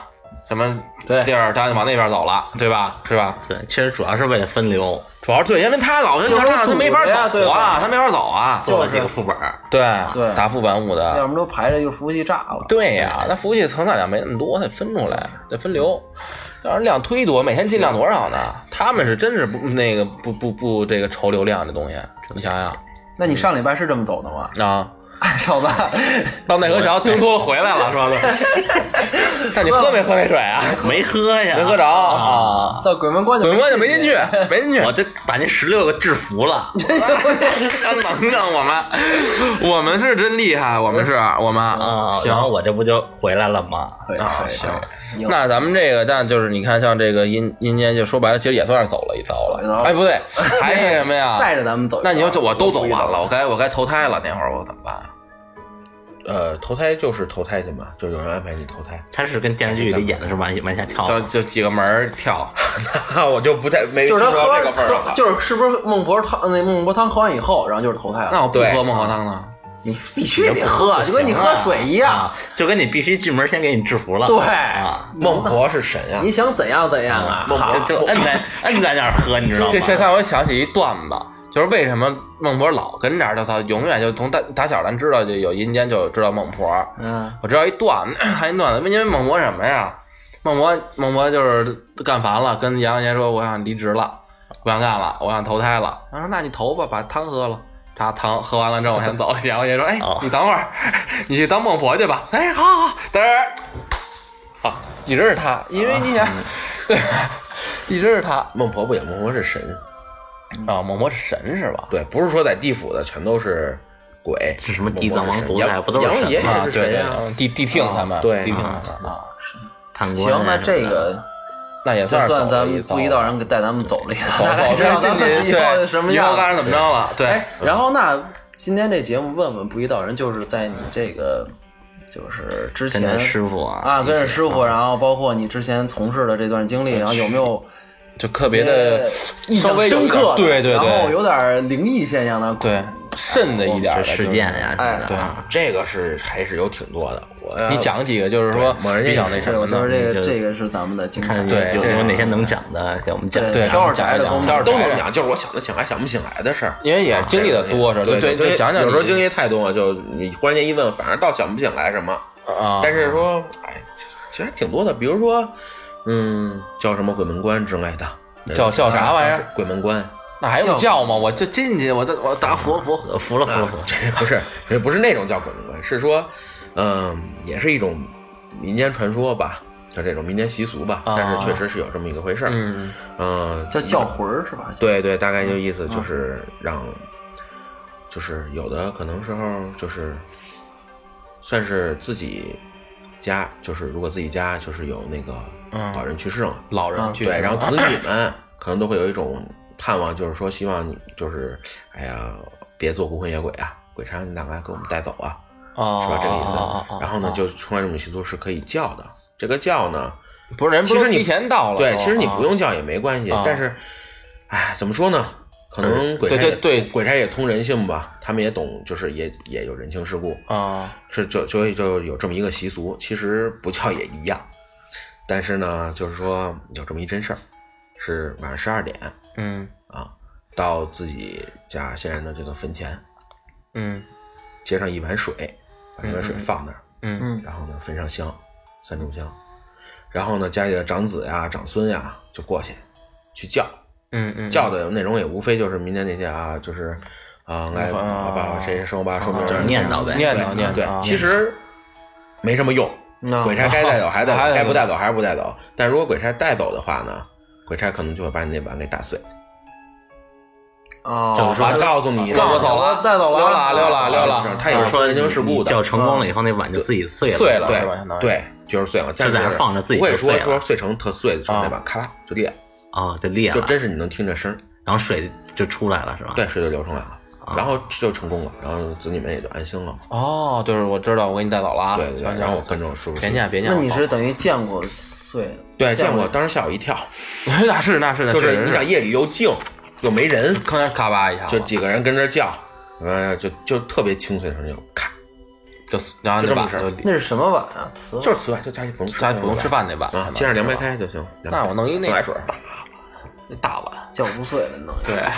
S1: 什么
S3: 对
S1: 地儿，他就往那边走了，对吧？是吧？
S2: 对，其实主要是为了分流，
S1: 主要是对，因为他老跟
S3: 有时
S1: 他
S3: 候
S1: 上，他没法
S3: 堵着呀对
S1: 走啊
S3: 吧，
S1: 他没法走啊，
S2: 做了几个副本儿，
S1: 对
S3: 对
S1: 打副本五的
S3: 要，么都排着就是服务器炸了。
S1: 对呀，那服务器承载量没那么多，得分出来，得分流，让人量忒多，每天进量多少呢？他们是真是不那个不不不这个愁流量这东西，你想想
S3: 那你上礼拜是这么走的吗？
S1: 啊，
S3: 少子，
S1: 到奈何桥挣脱了回来了，是吧？ 那你喝没喝那水啊？
S2: 没喝呀，
S1: 没喝着啊，
S3: 到鬼门关就
S1: 鬼门关就没进去， 没进去，
S2: 我这把那十六个制服了，
S1: 他能让我们，我们是真厉害，我们是我们
S2: 啊，然后
S1: 行。
S2: 我这不就回来了吗？
S3: 对
S1: 啊
S3: 对
S1: 行
S3: 对赢了
S1: 那咱们这个，但就是你看，像这个阴阴间，就说白了，其实也算是走了一遭
S3: 走一
S1: 了。
S3: 遭
S1: 哎，不 对，还是什么呀？
S3: 带着咱们走一遭。
S1: 那你说这我都走完
S3: 我
S1: 了，我该我该投胎了，那会儿我怎么办？
S4: 呃投胎就是投胎去嘛，就有人安排你投胎，
S2: 他是跟电视剧里演的是往往下跳
S1: 就
S2: 吗，
S1: 就几个门儿 跳，
S4: 我就不太没
S3: 就是他
S4: 听说这
S3: 喝
S4: 个份儿
S3: 喝，
S1: 啊
S4: 了。
S3: 就是是不是孟婆汤那孟婆汤喝完以后，然后就是投胎
S1: 那
S3: 了。
S1: 我不
S4: 对
S1: 喝孟婆汤呢？
S3: 你必须得
S1: 啊
S3: 喝，就跟你喝水一样。
S2: 啊，就跟你必须进门先给你制服了，
S3: 对
S2: 啊，
S4: 孟婆是神啊
S3: 你，想怎样怎样啊？
S2: 就
S3: 好，
S2: 就摁在摁在那儿喝，你知道吗
S1: 这？这让我想起一段子，就是为什么孟婆老跟这儿，他操，永远就从打打小咱知道就有阴间就知道孟婆，
S3: 嗯，
S1: 我知道一段，还一段子， 因为孟婆什么呀？孟婆孟婆就是干烦了，跟杨爷说我想离职了，不想干了，我想投胎了。他说那你投吧，把汤喝了。他汤喝完了之后往前 走，杨爷说哎
S2: 哦
S1: 你等会儿， 你去当孟婆去吧。哎好好，但是啊一直是他，因为你想、
S2: 啊
S1: 对吧，一直是他
S4: 孟婆不也，孟婆是神，
S1: 啊，孟婆是神是吧？
S4: 对，不是说在地府的全都是鬼，
S2: 是什么地藏王
S4: 孟婆
S2: 菩
S4: 是
S2: 萨
S4: 神
S2: 不都是
S4: 杨
S2: 神
S4: 杨爷
S1: 啊
S4: 爷是
S1: 对对
S4: 神
S1: 对
S4: 啊？，
S1: 地地听他们，
S4: 对
S1: 地听他们啊，
S2: 判
S3: 行
S2: 官，啊什
S3: 那
S2: 么的
S3: 这个
S1: 那也
S3: 就
S1: 算是
S3: 算
S1: 走
S3: 咱
S1: 了一
S3: 们
S1: 遭
S3: 不一道人给带咱们走了一
S1: 走
S3: 道，大概
S1: 走，
S3: 知道咱
S1: 进
S3: 们
S1: 去
S3: 以后
S1: 对，
S3: 什么
S1: 以后
S3: 样
S1: 该是怎么着了？对，
S3: 哎，然后那今天这节目问问不一道人，就是在你这个就是之
S2: 跟着
S3: 前
S2: 师傅
S3: 啊，跟着师傅，
S2: 一起
S3: 然后包括你之前从事的这段经历，然后有没有
S1: 就特别的
S3: 印
S1: 稍
S3: 象
S1: 微有
S3: 深
S1: 一点
S3: 刻的？
S1: 对对
S3: 然后
S1: 对，
S3: 有点灵异现象的，
S1: 对慎的一点
S2: 这
S1: 的
S2: 事件。呀，
S3: 哎
S2: 什么
S4: 对
S2: 的啊，
S4: 这个是还是有挺多的。我
S1: 就是你讲几个，就是说
S4: 对某人家
S1: 比较那什
S3: 对，
S1: 么
S3: 我说
S1: 的，
S3: 这个
S2: 就是
S3: 这个是咱们的精彩
S2: 看。
S1: 对
S2: 有
S1: 这
S2: 有
S1: 个
S2: 哪些能讲的，给我们讲。
S1: 对
S3: 挑着
S1: 咱
S3: 宅
S1: 们
S3: 的
S1: 讲
S3: 功
S1: 挑着
S3: 能
S1: 宅
S4: 都能讲，就是我想得起来，想不起来的事儿。
S1: 因为也经历的多是吧？
S4: 啊对
S1: 对
S4: 对，
S1: 讲讲你
S4: 有时候经历太多，就你忽然间一问，反而倒想不起来什么。
S1: 啊，
S4: 但是说，哎，其实还挺多的，比如说，嗯，叫什么鬼门关之类的，
S1: 叫叫啥玩意儿？
S4: 鬼门关。
S1: 那还用叫吗？我就进去，我这我打佛佛
S2: 呃服了服了服了，
S4: 这 不是，这不是那种叫鬼门关，是说，嗯，也是一种民间传说吧，就这种民间习俗吧。
S1: 啊
S4: 但是确实是有这么一个回事儿。
S1: 嗯，
S4: 嗯，
S3: 叫叫魂儿是吧？
S4: 对对，大概就意思就是让，就是有的可能时候就是算是自己家，就是如果自己家就是有那个
S1: 嗯
S4: 老人去世嘛，
S1: 老人去世
S4: 对，然后子 女们可能都会有一种盼望，就是说希望你就是哎呀，别做孤魂野鬼啊，鬼差你哪来给我们带走啊，
S1: 哦
S4: 是吧？这个意思。
S1: 哦哦哦
S4: 然后呢，
S1: 哦
S4: 就出现这种习俗是可以叫的。这个叫呢，
S1: 不是人不
S4: 其
S1: 都
S4: 实你
S1: 提前到了都，
S4: 对，其实你
S1: 啊
S4: 不用叫也没关系，
S1: 啊
S4: 但是，哎，怎么说呢？可能
S1: 嗯
S4: 鬼差
S1: 对
S4: 也
S1: 对对
S4: 鬼差也通人性吧，他们也懂，就是也也有人情世故，
S1: 啊，
S4: 是就所以就有这么一个习俗，其实不叫也一样。但是呢，就是说有这么一真事儿，是晚上十二点
S1: 嗯
S4: 啊，到自己家先人的这个坟前，
S1: 嗯
S4: 接上一碗水，把这碗水放那儿，
S1: 嗯
S3: 嗯
S4: 然后呢焚上香，三炷香，然后呢家里的长子呀、长孙呀就过去去叫，
S1: 嗯嗯，
S4: 叫的内容也无非就是民间那些啊，就是啊，来
S1: 嗯啊
S4: 我爸爸谁谁生我爸说明
S2: 就是念叨呗
S1: 念叨念叨
S4: 对
S1: 啊，嗯
S4: 其实没什么用，
S3: 那
S4: 鬼差该带走还带 走
S1: 还，带走
S4: 该不带走还是不带走。但如果鬼差带走的话呢，鬼差可能就会把你那碗给打碎，
S3: 哦，
S2: 就是说
S4: 他告诉你
S1: 告诉我走了
S3: 带走了，
S1: 溜了溜了溜
S4: 啊
S1: 了，
S4: 他也是说人情世故的，
S2: 叫成功了以后，那碗就自己碎了。
S1: 碎了是吧相当
S4: 对
S1: 于
S4: 对，就是碎了，但
S2: 在那
S4: 是
S2: 放着自己
S4: 不会
S2: 就
S4: 说
S2: 碎了
S4: 说碎成特碎的时候，
S1: 啊
S4: 那碗咔啦就裂了，
S2: 啊，就裂
S4: 就
S2: 了，啊
S4: 真是你能听着声儿，
S2: 然后水就出来了，是吧？
S4: 对，水就流出来了，然后就成功了，然后子女们也就安心了。
S1: 哦，就是我知道，我给你带走了啊，
S4: 对对，对
S1: 行
S4: 然后我
S1: 行，
S4: 跟着我叔叔去，
S1: 别念别念，
S3: 那你
S1: 我
S3: 是
S1: 走
S3: 等于见过碎的，
S4: 对，见过，
S3: 过，
S4: 当时吓我一跳，
S1: 那是那是那啊
S4: 就是你想夜里又静又没人，
S1: 刚才咔吧一下子，
S4: 就几个人跟这叫，呃，就就特别清脆的声音，咔，
S1: 就然后
S4: 就
S1: 那
S4: 这么
S1: 碗
S4: 事儿
S1: 就
S3: 那是什么碗啊？瓷碗
S4: 就是此外就家里不用吃，
S1: 家里普通吃饭那碗
S4: 啊，
S1: 是吧
S4: 接上凉白开就行。凉白开
S1: 那我弄一那
S4: 自来水，
S1: 大碗。
S3: 搅不碎的弄。
S1: 对，
S4: 啊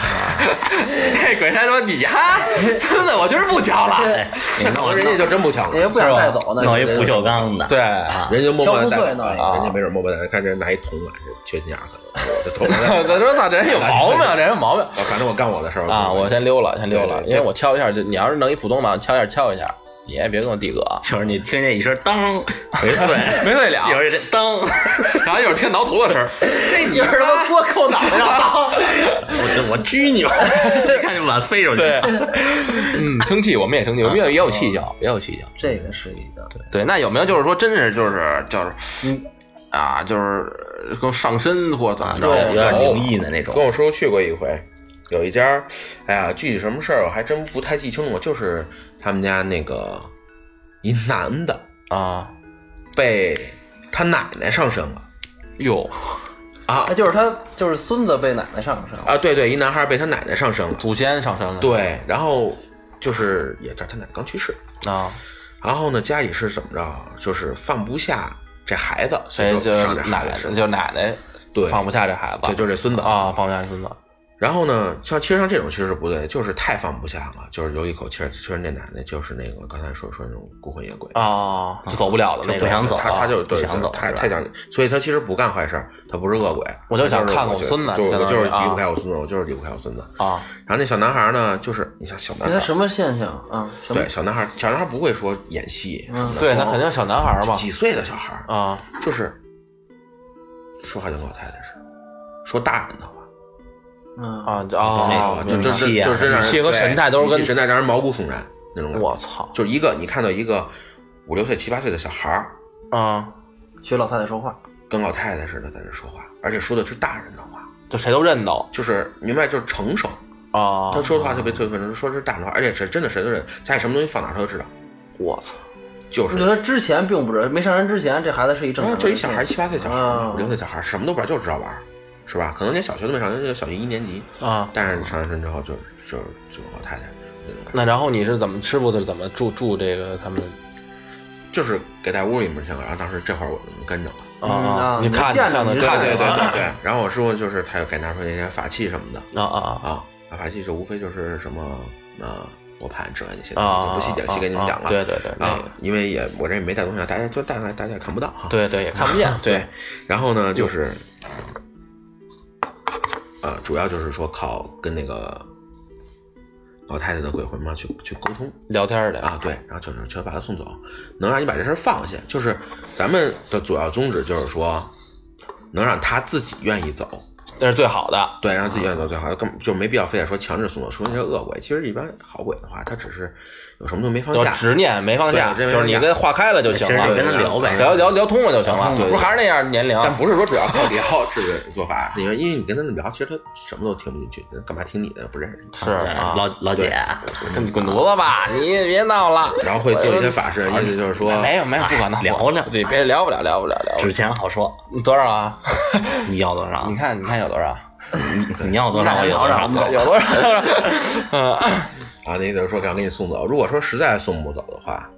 S1: 那鬼差说你呀，真的，我觉得不交了。
S2: 哎你弄
S4: 人家就真不抢
S3: 人家
S4: 了，
S3: 不想带走呢，
S2: 弄一不锈钢的，
S1: 对，啊
S4: 人家默默的
S3: 敲
S4: 带
S3: 不碎
S4: 走
S3: 呢
S4: 了，人家没准默默的看人家拿一铜碗，这缺心眼儿可能，我就 捅了
S1: 他
S4: 他。
S1: 说操，这人有毛病，啊这人有毛病
S4: 我反正我干我的事儿
S1: 啊！我先溜了，先溜
S4: 对
S1: 了，
S4: 对对
S1: 因为我敲一下，就你要是弄一普通碗，敲一下敲一下，你也别跟我递啊葛，
S2: 就是你听见一声当，没碎，
S1: 没对了。
S2: 有人这当，
S1: 然后一会儿听挠头的声儿，哎那你
S3: 他妈锅扣脑袋上了，
S2: 我我拘你吧，一看就碗飞出去。
S1: 对，嗯，生气我们也生气，我们也有也有气消，也有气消。
S3: 这个是一个，
S1: 对，那有没有就是说，真是就是就是
S3: 嗯，
S1: 啊，就是跟上身或怎么
S2: 啊，
S1: 着
S2: 那有点
S1: 有
S2: 灵异的那种
S4: 跟。我叔叔去过一回，有一家，哎呀，具体什么事儿我还真不太记清楚，就是他们家那个一男的
S1: 啊？
S4: 被他奶奶上身了
S1: 哟，
S4: 啊
S3: 那就是他就是孙子被奶奶上身了，
S4: 啊！对对，一男孩被他奶奶上身了，
S1: 祖先上身了。
S4: 对，然后就是也是他奶奶刚去世，
S1: 啊，
S4: 然后呢家里是怎么着，就是放不下这孩子，所
S1: 所以
S4: 以
S1: 哎就
S4: 就上
S1: 是
S4: 这
S1: 奶
S4: 孩
S1: 奶
S4: 子身
S1: 就奶奶
S4: 对
S1: 放不下这孩子，
S4: 对，就是这孙子
S1: 啊，放不下这孙子。
S4: 然后呢，像其实像这种其实是不对，就是太放不下了，就是有一口气儿。其实那奶奶就是那个刚才说说那种孤魂野鬼，
S1: 啊，就走不了的那种，啊
S2: 就不想走
S4: 他他就
S2: 不
S4: 对
S2: 想走
S4: 太
S2: 是吧
S4: 太想，所以他其实不干坏事儿，他不是恶鬼。
S1: 我就想
S4: 是
S1: 看看我孙子
S4: 就
S1: 可
S4: 我
S1: 能
S4: 就是
S1: 是啊
S4: 离不开我孙子，我就是离不开我孙子。
S1: 啊，
S4: 然后那小男孩呢，就是你像小男
S3: 那他
S4: 孩
S3: 什，么现象啊？什么
S4: 对小男孩，小男孩不会说演戏，
S3: 嗯
S1: 对，那肯定是小男孩嘛，
S4: 几岁的小孩儿，
S1: 啊，
S4: 就是说话就跟老太太似的，说大人的话。
S3: 嗯
S1: 啊啊
S2: 那
S4: 哦，
S2: 种
S4: 就就
S2: 语
S4: 是
S2: 气啊
S4: 就是让人
S1: 语气和
S4: 对
S1: 神态都是
S4: 语气
S1: 跟
S4: 神态让人毛骨悚然那种感觉。
S1: 我操
S4: 就是一个你看到一个五六岁、七八岁的小孩儿
S1: 啊，
S3: 学老太太说话，
S4: 跟老太太似的在这说话，而且说的是大人的话，
S1: 就谁都认得
S4: 就是明白就是成熟。
S1: 啊
S4: 他，说的话特别特别成熟，说的是大人的话，而且是真的谁都认，家里什么东西放哪他都知道，
S1: 我操，
S4: 就。
S3: 就是他之前并不知没上人之前，这孩子是一正
S4: 然后
S3: 常，
S4: 就一小孩，七八岁小孩
S3: 啊
S4: 儿，五六岁小孩儿，什么都不知道，就知道玩儿，是吧？可能连小学都没上，就小学一年级。
S1: 啊，
S4: 但是你上完身之后，就是就是就是老太太那种感觉。
S1: 那然后你是怎么吃不是怎么住住这个他们
S4: 就是给在屋里面讲，然后当时这会儿我们跟着了。
S3: 嗯
S1: 啊
S3: 啊？
S1: 你看
S3: 你见着
S1: 像的
S3: 你
S1: 真
S3: 看
S4: 对
S3: 着
S4: 对
S1: 的
S4: 对
S1: 啊
S4: 对对。然后我师傅就是他又给拿出那些法器什么的
S1: 啊啊
S4: 啊，啊法器就无非就是什么啊罗盘之类的那些
S1: 啊
S4: 东
S1: 啊，
S4: 西，就不细解析跟你们讲了。
S1: 对对对，那
S4: 啊
S1: 个，
S4: 因为也我这也没带东西啊，大家就带来，大家也看不到哈。
S1: 对对也看不见，
S4: 对，然后呢就是，呃，主要就是说靠跟那个老太太的鬼魂嘛去去沟通。
S1: 聊天的
S4: 啊，对，然后就是就把他送走，能让你把这事儿放下。就是咱们的主要宗旨就是说，能让他自己愿意走，
S1: 那是最好的。
S4: 对，让自己愿意做最好，根本就没必要非得说强制送。说那些恶鬼，其实一般好鬼的话，他只是有什么东西没放
S1: 就
S4: 下，
S1: 执念没放下，
S4: 对
S1: 就
S4: 这没放下
S1: 是你跟化开了就行
S2: 其实
S1: 了，
S2: 你跟他聊呗
S1: 聊聊聊通了就行了，
S4: 通了
S1: 不是还是那样年龄？
S4: 但不是说主要靠聊这个做法，因为因为你跟他们聊，其实他什么都听不进去，干嘛听你的？不认识你。
S1: 是啊，
S2: 哎老老姐，
S1: 跟你滚犊子吧，你别闹了。
S4: 然后会做一些法事，意思就是说，
S1: 没有没有，不可能
S2: 聊聊
S1: 对，别聊不了，聊不了，聊不
S2: 纸钱好说，
S1: 了。多少啊？
S2: 你要多少
S1: 你？看，你看有多少？
S2: 你要多少？我有多少？
S1: 有多少？ 嗯，
S4: 啊，那意思就是说想给你送走。如果说实在送不走的话，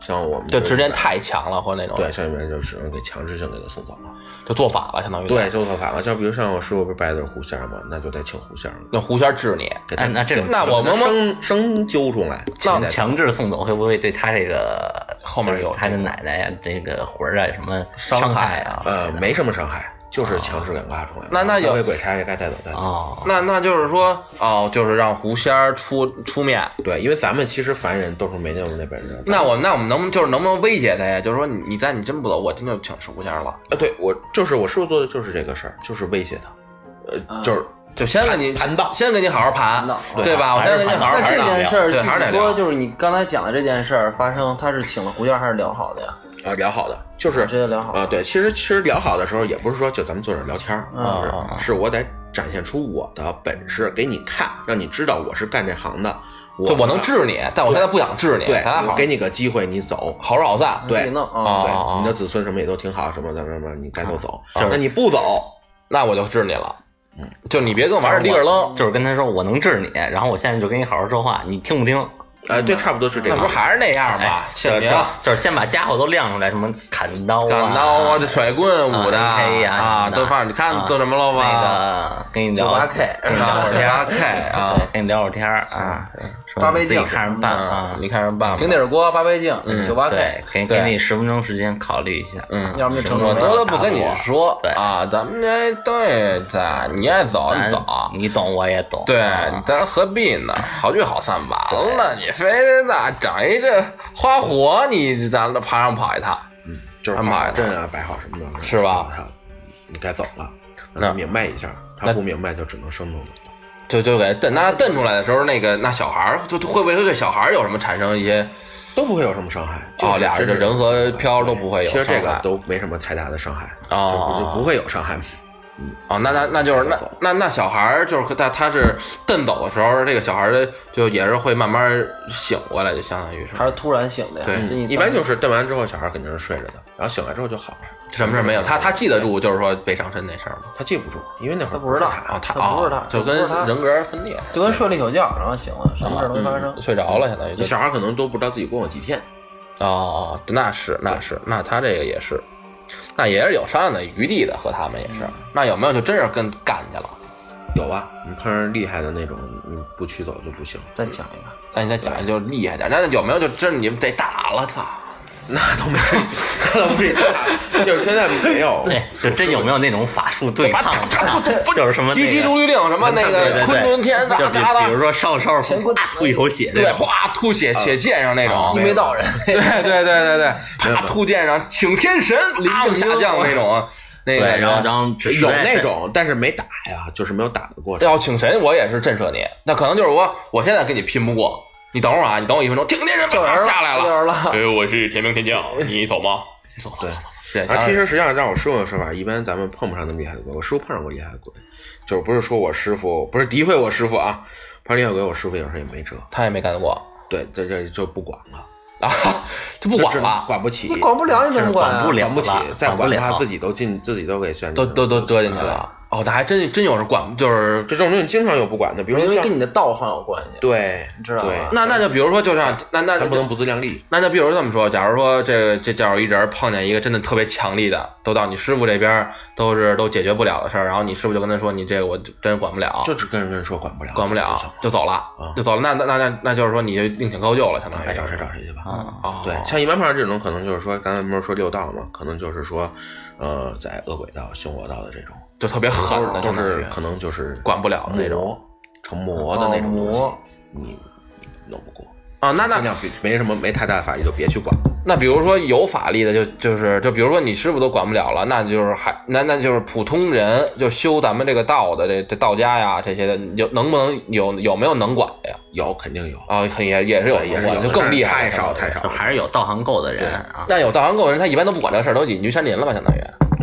S4: 像我们
S1: 就执念
S4: 念
S1: 太强了，或者那种
S4: 对，像你们就只能给强制性给他送走了。
S1: 就做法了，相当于
S4: 对，就做法了。像比如像我师傅不是拜的是狐仙嘛，那就得请狐仙了，
S1: 那狐仙治你，
S4: 给他
S2: 哎，那这种
S1: 那我们
S4: 生生揪出来，
S1: 那
S4: 得
S2: 强制送走，会不会对他这个
S1: 后面有
S2: 他这奶奶呀、这个魂儿啊有什么
S1: 伤害
S2: 害
S1: 啊？
S4: 呃没什么伤害，就是强制给拉出来。
S1: 哦那那有
S4: 有鬼差也该带走带走。
S2: 哦，
S1: 那那就是说，哦，就是让狐仙儿出出面。
S4: 对，因为咱们其实凡人都是没那么那本事的。
S1: 那我那我们能不能就是能不能威胁他呀？就是说你你再你真不走，我真就请狐仙儿了。
S4: 啊，对我就是我师傅做的就是这个事儿，就是威胁他，呃，
S3: 啊
S4: 就是
S1: 就先跟你
S4: 盘盘道
S1: 先跟你好好盘
S3: 盘道，
S1: 对吧？我
S2: 还是
S1: 先跟你好好
S2: 盘
S3: 那
S1: 盘
S3: 这
S1: 道
S3: 件事儿，
S1: 对，还是
S3: 据
S1: 得
S3: 你说
S1: 聊。
S3: 就是你刚才讲的这件事儿发生，他是请了胡仙还是聊好的呀？
S4: 啊聊好的，就是
S3: 直接聊好
S4: 啊、对，其实其实聊好的时候，也不是说就咱们坐这儿聊天
S1: 哦
S4: 儿，
S3: 啊
S4: 是、是我得展现出我的本事给你看，让你知道我是干这行的，我
S1: 就我能治你，但我现在不想治你，
S4: 对，
S1: 咱俩
S4: 我
S1: 好
S4: 给你个机会，你走。
S1: 好聚好散。
S4: 对
S3: 自己弄
S1: 啊
S3: 啊，
S4: 对、
S1: 啊
S4: 你的子孙什么也都挺好，什么的什么，你该
S1: 哦
S4: 走走。
S2: 就是
S4: 那你不走，
S1: 那我就治你了。就你嗯别跟我 玩儿立个扔，
S2: 就是跟他说我能治你，然后我现在就跟你好好说话，你听不听？
S4: 呃，对，差不多是这
S1: 那
S4: 个
S1: 不是。还是那样
S2: 哎
S1: 吗？
S2: 就是
S1: 请您啊
S2: 就是先把家伙都亮出来，什么砍刀啊、
S1: 砍刀啊，这甩棍舞的
S2: 啊，AK 呀
S1: 啊，
S2: 什么的
S1: 都放你看
S2: 啊
S1: 都什么了哎吧？
S2: 那个跟你聊
S3: 98K
S2: 跟你聊会儿天
S1: 八
S2: 儿，
S1: K 啊嗯
S2: 对，跟你聊会儿天儿啊，说
S3: 八杯
S2: 自己
S3: 酒
S2: 看着办啊，
S1: 你看着办吧。
S3: 平底儿锅、八倍镜、
S1: 嗯
S3: 九八 K，
S2: 对，给
S1: 对
S2: 给你十分钟时间考虑一下，嗯，
S1: 嗯，
S3: 要么就成
S1: 我
S3: 功
S1: 多
S3: 了。
S1: 都不跟你说
S2: 对
S1: 啊，咱们这对咱你爱走
S2: 咱
S1: 你走，
S2: 你懂我也懂，
S1: 啊对
S2: 啊，
S1: 咱何必呢？好聚好散完了，你非得那整一这花火，你咱爬上跑一趟，
S4: 嗯，就是
S1: 安排
S4: 好
S1: 的
S4: 阵啊，摆好什么的，
S1: 是吧
S4: 他你该走了，
S1: 那
S4: 让他明白一下，
S1: 那
S4: 他不明白就只能生动了。
S1: 就就给瞪，那瞪出来的时候，那个那小孩儿就就会不会对小孩儿有什么产生一些？
S4: 都不会有什么伤害。就
S1: 哦，
S4: 是
S1: 俩
S4: 真
S1: 人的
S4: 是
S1: 人和飘都不会有
S4: 其
S1: 伤
S4: 实
S1: 害。
S4: 这个都没什么太大的伤害，
S1: 哦
S4: 就不就不会有伤害。
S1: 哦，那那那就是那
S4: 走
S1: 那那小孩儿就是他他是蹬走的时候，这个小孩儿的就也是会慢慢醒过来，就相当于是
S3: 还是突然醒的呀？
S1: 对
S3: 就你
S4: 一般就是瞪完之后，小孩肯定是睡着的，然后醒来之后就好了。
S1: 什么事儿没有。他他记得住，就是说被上身那事儿吗？
S4: 他记不住，因为那会
S3: 他
S4: 儿
S3: 不知道
S4: 是
S1: 啊，他
S3: 他不是
S1: 哦
S3: 他
S1: 就跟
S3: 他不是他
S1: 人格分裂，
S3: 就跟睡了一宿觉，然后醒了，什么事儿都没发生。
S1: 嗯睡着了，相当于就
S4: 你小孩可能都不知道自己过了几天。
S1: 哦哦，那是那是，那他这个也是，那也是有商量的余地的，和他们也
S3: 嗯
S1: 是。那有没有就真是跟干去了？
S4: 有啊，你碰上厉害的那种，你不取走就 不行。
S3: 再讲一个，
S1: 那你再讲就厉害点，那有没有就真是你们得打了操？
S4: 那都没，那都没打，就是现在没有。
S2: 对，哎就真有没有那种法术对抗啊？就是什么
S1: 急急如律令什么那
S2: 对
S1: 个
S2: 对
S1: 昆
S2: 对，
S1: 仑天
S2: 就
S1: 打
S2: 比
S1: 打打
S2: 比，如说烧着烧着
S3: 乾坤
S2: 啪吐一口血，
S1: 对，哗吐血血溅上那种
S3: 一，眉道人，
S1: 对对对对对，
S4: 没有
S1: 啊 啪吐溅上，请天神啊下降那种，那
S2: 对，
S1: 个
S2: 然后然后只
S4: 有那种，但是没打呀，就是没有打的过程。
S1: 要请神，我也是震慑你。那可能就是我，我现在跟你拼不过，你等会儿啊，你等我一分钟，请天神
S3: 救人
S1: 啪
S3: 了
S1: 下来
S3: 救
S1: 了。
S3: 人了。
S1: 哎，我是天兵天将， 你走吗？走走
S4: 对
S1: 走。对，
S4: 啊，其实实际上让我师傅的说法，一般咱们碰不上那么厉害的鬼。我师傅碰上过厉害的鬼，就是不是说我师傅不是诋毁我师傅啊，碰上厉害鬼，我师傅有时候也没辙。
S1: 他也没干过
S4: 对，这这就不管了，
S1: 啊， 他不管
S4: 这
S1: 了，
S4: 管不起，
S3: 你管不了，你怎么管啊？
S2: 管不了
S4: 管不起
S2: 了，
S4: 再
S2: 管不
S4: 管的话
S2: 了
S4: 自己都进，自己都给陷进去
S1: 都
S4: 了，
S1: 都都折进去了。哦，那还真真有人管，就是
S4: 这种东西经常有不管的，比如
S3: 因
S4: 说
S3: 为跟
S4: 像
S3: 你的道行有关系。
S4: 对，
S3: 你知道吧
S4: 对，
S1: 那那就比如说，就像那那
S4: 咱不能不自量力。
S1: 那就比如这么说，假如说这这叫一人碰见一个真的特别强力的，都到你师傅这边都是都解决不了的事儿，然后你师傅就跟他说：“你这个我真管不了，
S4: 就只跟人跟人说管不了，
S1: 管不了，就走了，
S4: 啊
S1: 就走了。那”那那那那就是说你就另请高就了，相当于
S4: 爱哎找谁找谁去吧。
S2: 啊，
S1: 哦，
S4: 对，像一般碰上这种，可能就是说，刚才不是说六道嘛，可能就是说，呃，在恶鬼道、凶魔道的这种，
S1: 就特别狠的，相
S4: 都
S1: 当于
S4: 是可能就是
S1: 管不了的那种
S4: 魔成魔的那种东西
S3: 哦魔
S4: 你弄不过。
S1: 啊啊，那
S4: 尽
S1: 那
S4: 量比没什么没太大法律就别去管。
S1: 那比如说有法力的就就是就比如说你师傅都管不了了，那就是还那那就是普通人就修咱们这个道的这这道家呀这些的，有能不能有有没有能管的呀？
S4: 有肯定有，
S1: 啊，很也也是有
S4: 对也
S1: 能
S4: 是有
S1: 管，
S4: 的，
S1: 就更厉
S4: 但
S1: 害
S4: 是
S1: 了，
S4: 太少太少
S2: 就
S4: 了。
S2: 还是有道行够的人啊，
S1: 那有大唐够人，他一般都不管这事儿，都隐居山林了吧，相当于。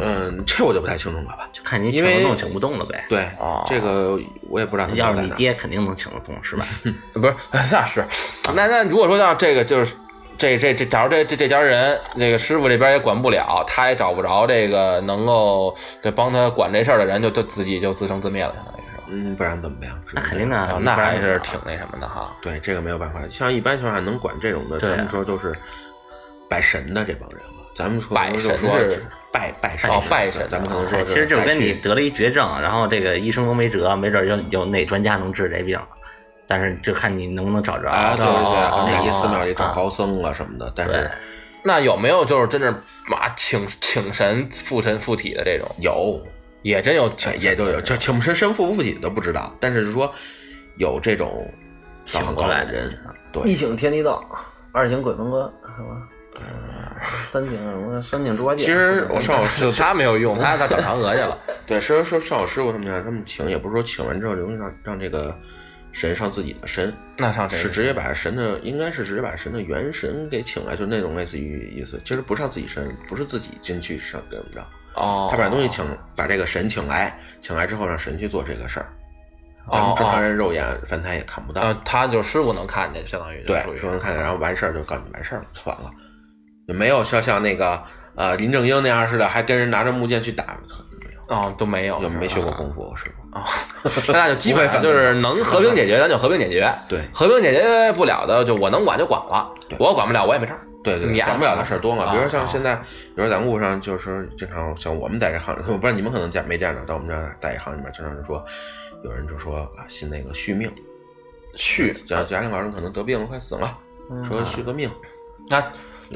S4: 嗯，这我就不太清楚了吧？
S2: 就看你
S4: 因
S2: 请得
S4: 为
S2: 动请不动了呗。
S4: 对
S1: 哦，
S4: 这个我也不知道他们
S2: 要是
S4: 在
S2: 你
S4: 哪儿
S2: 爹肯定能请得动是吧？
S1: 不是， 那是，那那如果说像这个就是，这这这，假如这这这家人，这个师傅这边也管不了，他也找不着这个能够对帮他管这事儿的人，就就自己就自生自灭了，相当于是吧。
S4: 嗯，不然哎怎么样？只
S2: 那
S4: 能
S2: 肯
S4: 这
S2: 定
S4: 样
S2: 啊
S1: 啊，那
S2: 不然
S1: 还是挺那什么的哈。
S4: 对，这个没有办法。像一般情况下能管这种的，
S2: 对啊
S4: 咱们说都是拜神的这帮人了。咱们说
S1: 拜
S4: 就
S1: 神
S4: 说
S1: 是
S4: 拜拜神
S1: 哦
S4: 的
S1: 拜
S4: 对
S1: 神的
S4: 咱们可能说
S2: 哎，其实就是
S4: 拜
S2: 跟你
S4: 去
S2: 得了一绝症，然后这个医生都没辙，没准儿有有哪专家能治这病，但是就看你能不能找着。
S4: 啊，对对
S1: 哦
S4: 对，
S1: 哦
S4: 那一寺庙里
S2: 啊
S4: 找高僧了什么的，但
S2: 对
S4: 是
S1: 那有没有就是真是妈请请神附身附体的这种，
S4: 有
S1: 也真有请
S4: 哎也都有，这请不身身附不附体都不知道，但是说有这种道行高的人，对，
S3: 一请天地道，二请鬼门关，是吧？
S1: 嗯
S3: 三请什么？三请猪八戒。
S4: 其实我上我
S1: 就他没有用，他他找嫦娥去 了。
S4: 对，师傅说上我师傅他们家，他们请也不是说请完之后就能让让这个神上自己的身，
S1: 那上谁
S4: 是直接把神的应该是直接把神的元神给请来，就那种类似于意思，其实不上自己身，不是自己进去上怎么着，
S1: 哦，
S4: 他把东西请把这个神请来，请来之后让神去做这个事儿，
S1: 哦
S4: 咱们正常人肉眼翻台也看不到
S1: 啊，，他就师傅能看见，相当于就
S4: 对
S1: 属于，
S4: 说能看见，然后完事儿就告诉你完事儿了，完了，就没有像像那个呃林正英那样似的，还跟人拿着木剑去打，没有
S1: 啊都没有，
S4: 就没
S1: 是吧
S4: 学过功夫，师傅，
S1: 啊， 那就基本上就是能和平解决，咱就和平解决。
S4: 对
S1: 和平解决不了的，就我能管就管了
S4: 对，
S1: 我管不了我也没事儿。
S4: 对对，
S1: 你
S4: 管不了的事儿多嘛。
S1: 啊
S4: 比如像现在，比如咱屋上就是经常像我们在这行，我不知道你们可能见没见着，但我们这在这行里面经常就说，有人就说啊信那个续命，
S1: 续
S4: 家家庭老人可能得病了快死了，
S1: 嗯
S4: 说续个命，
S1: 那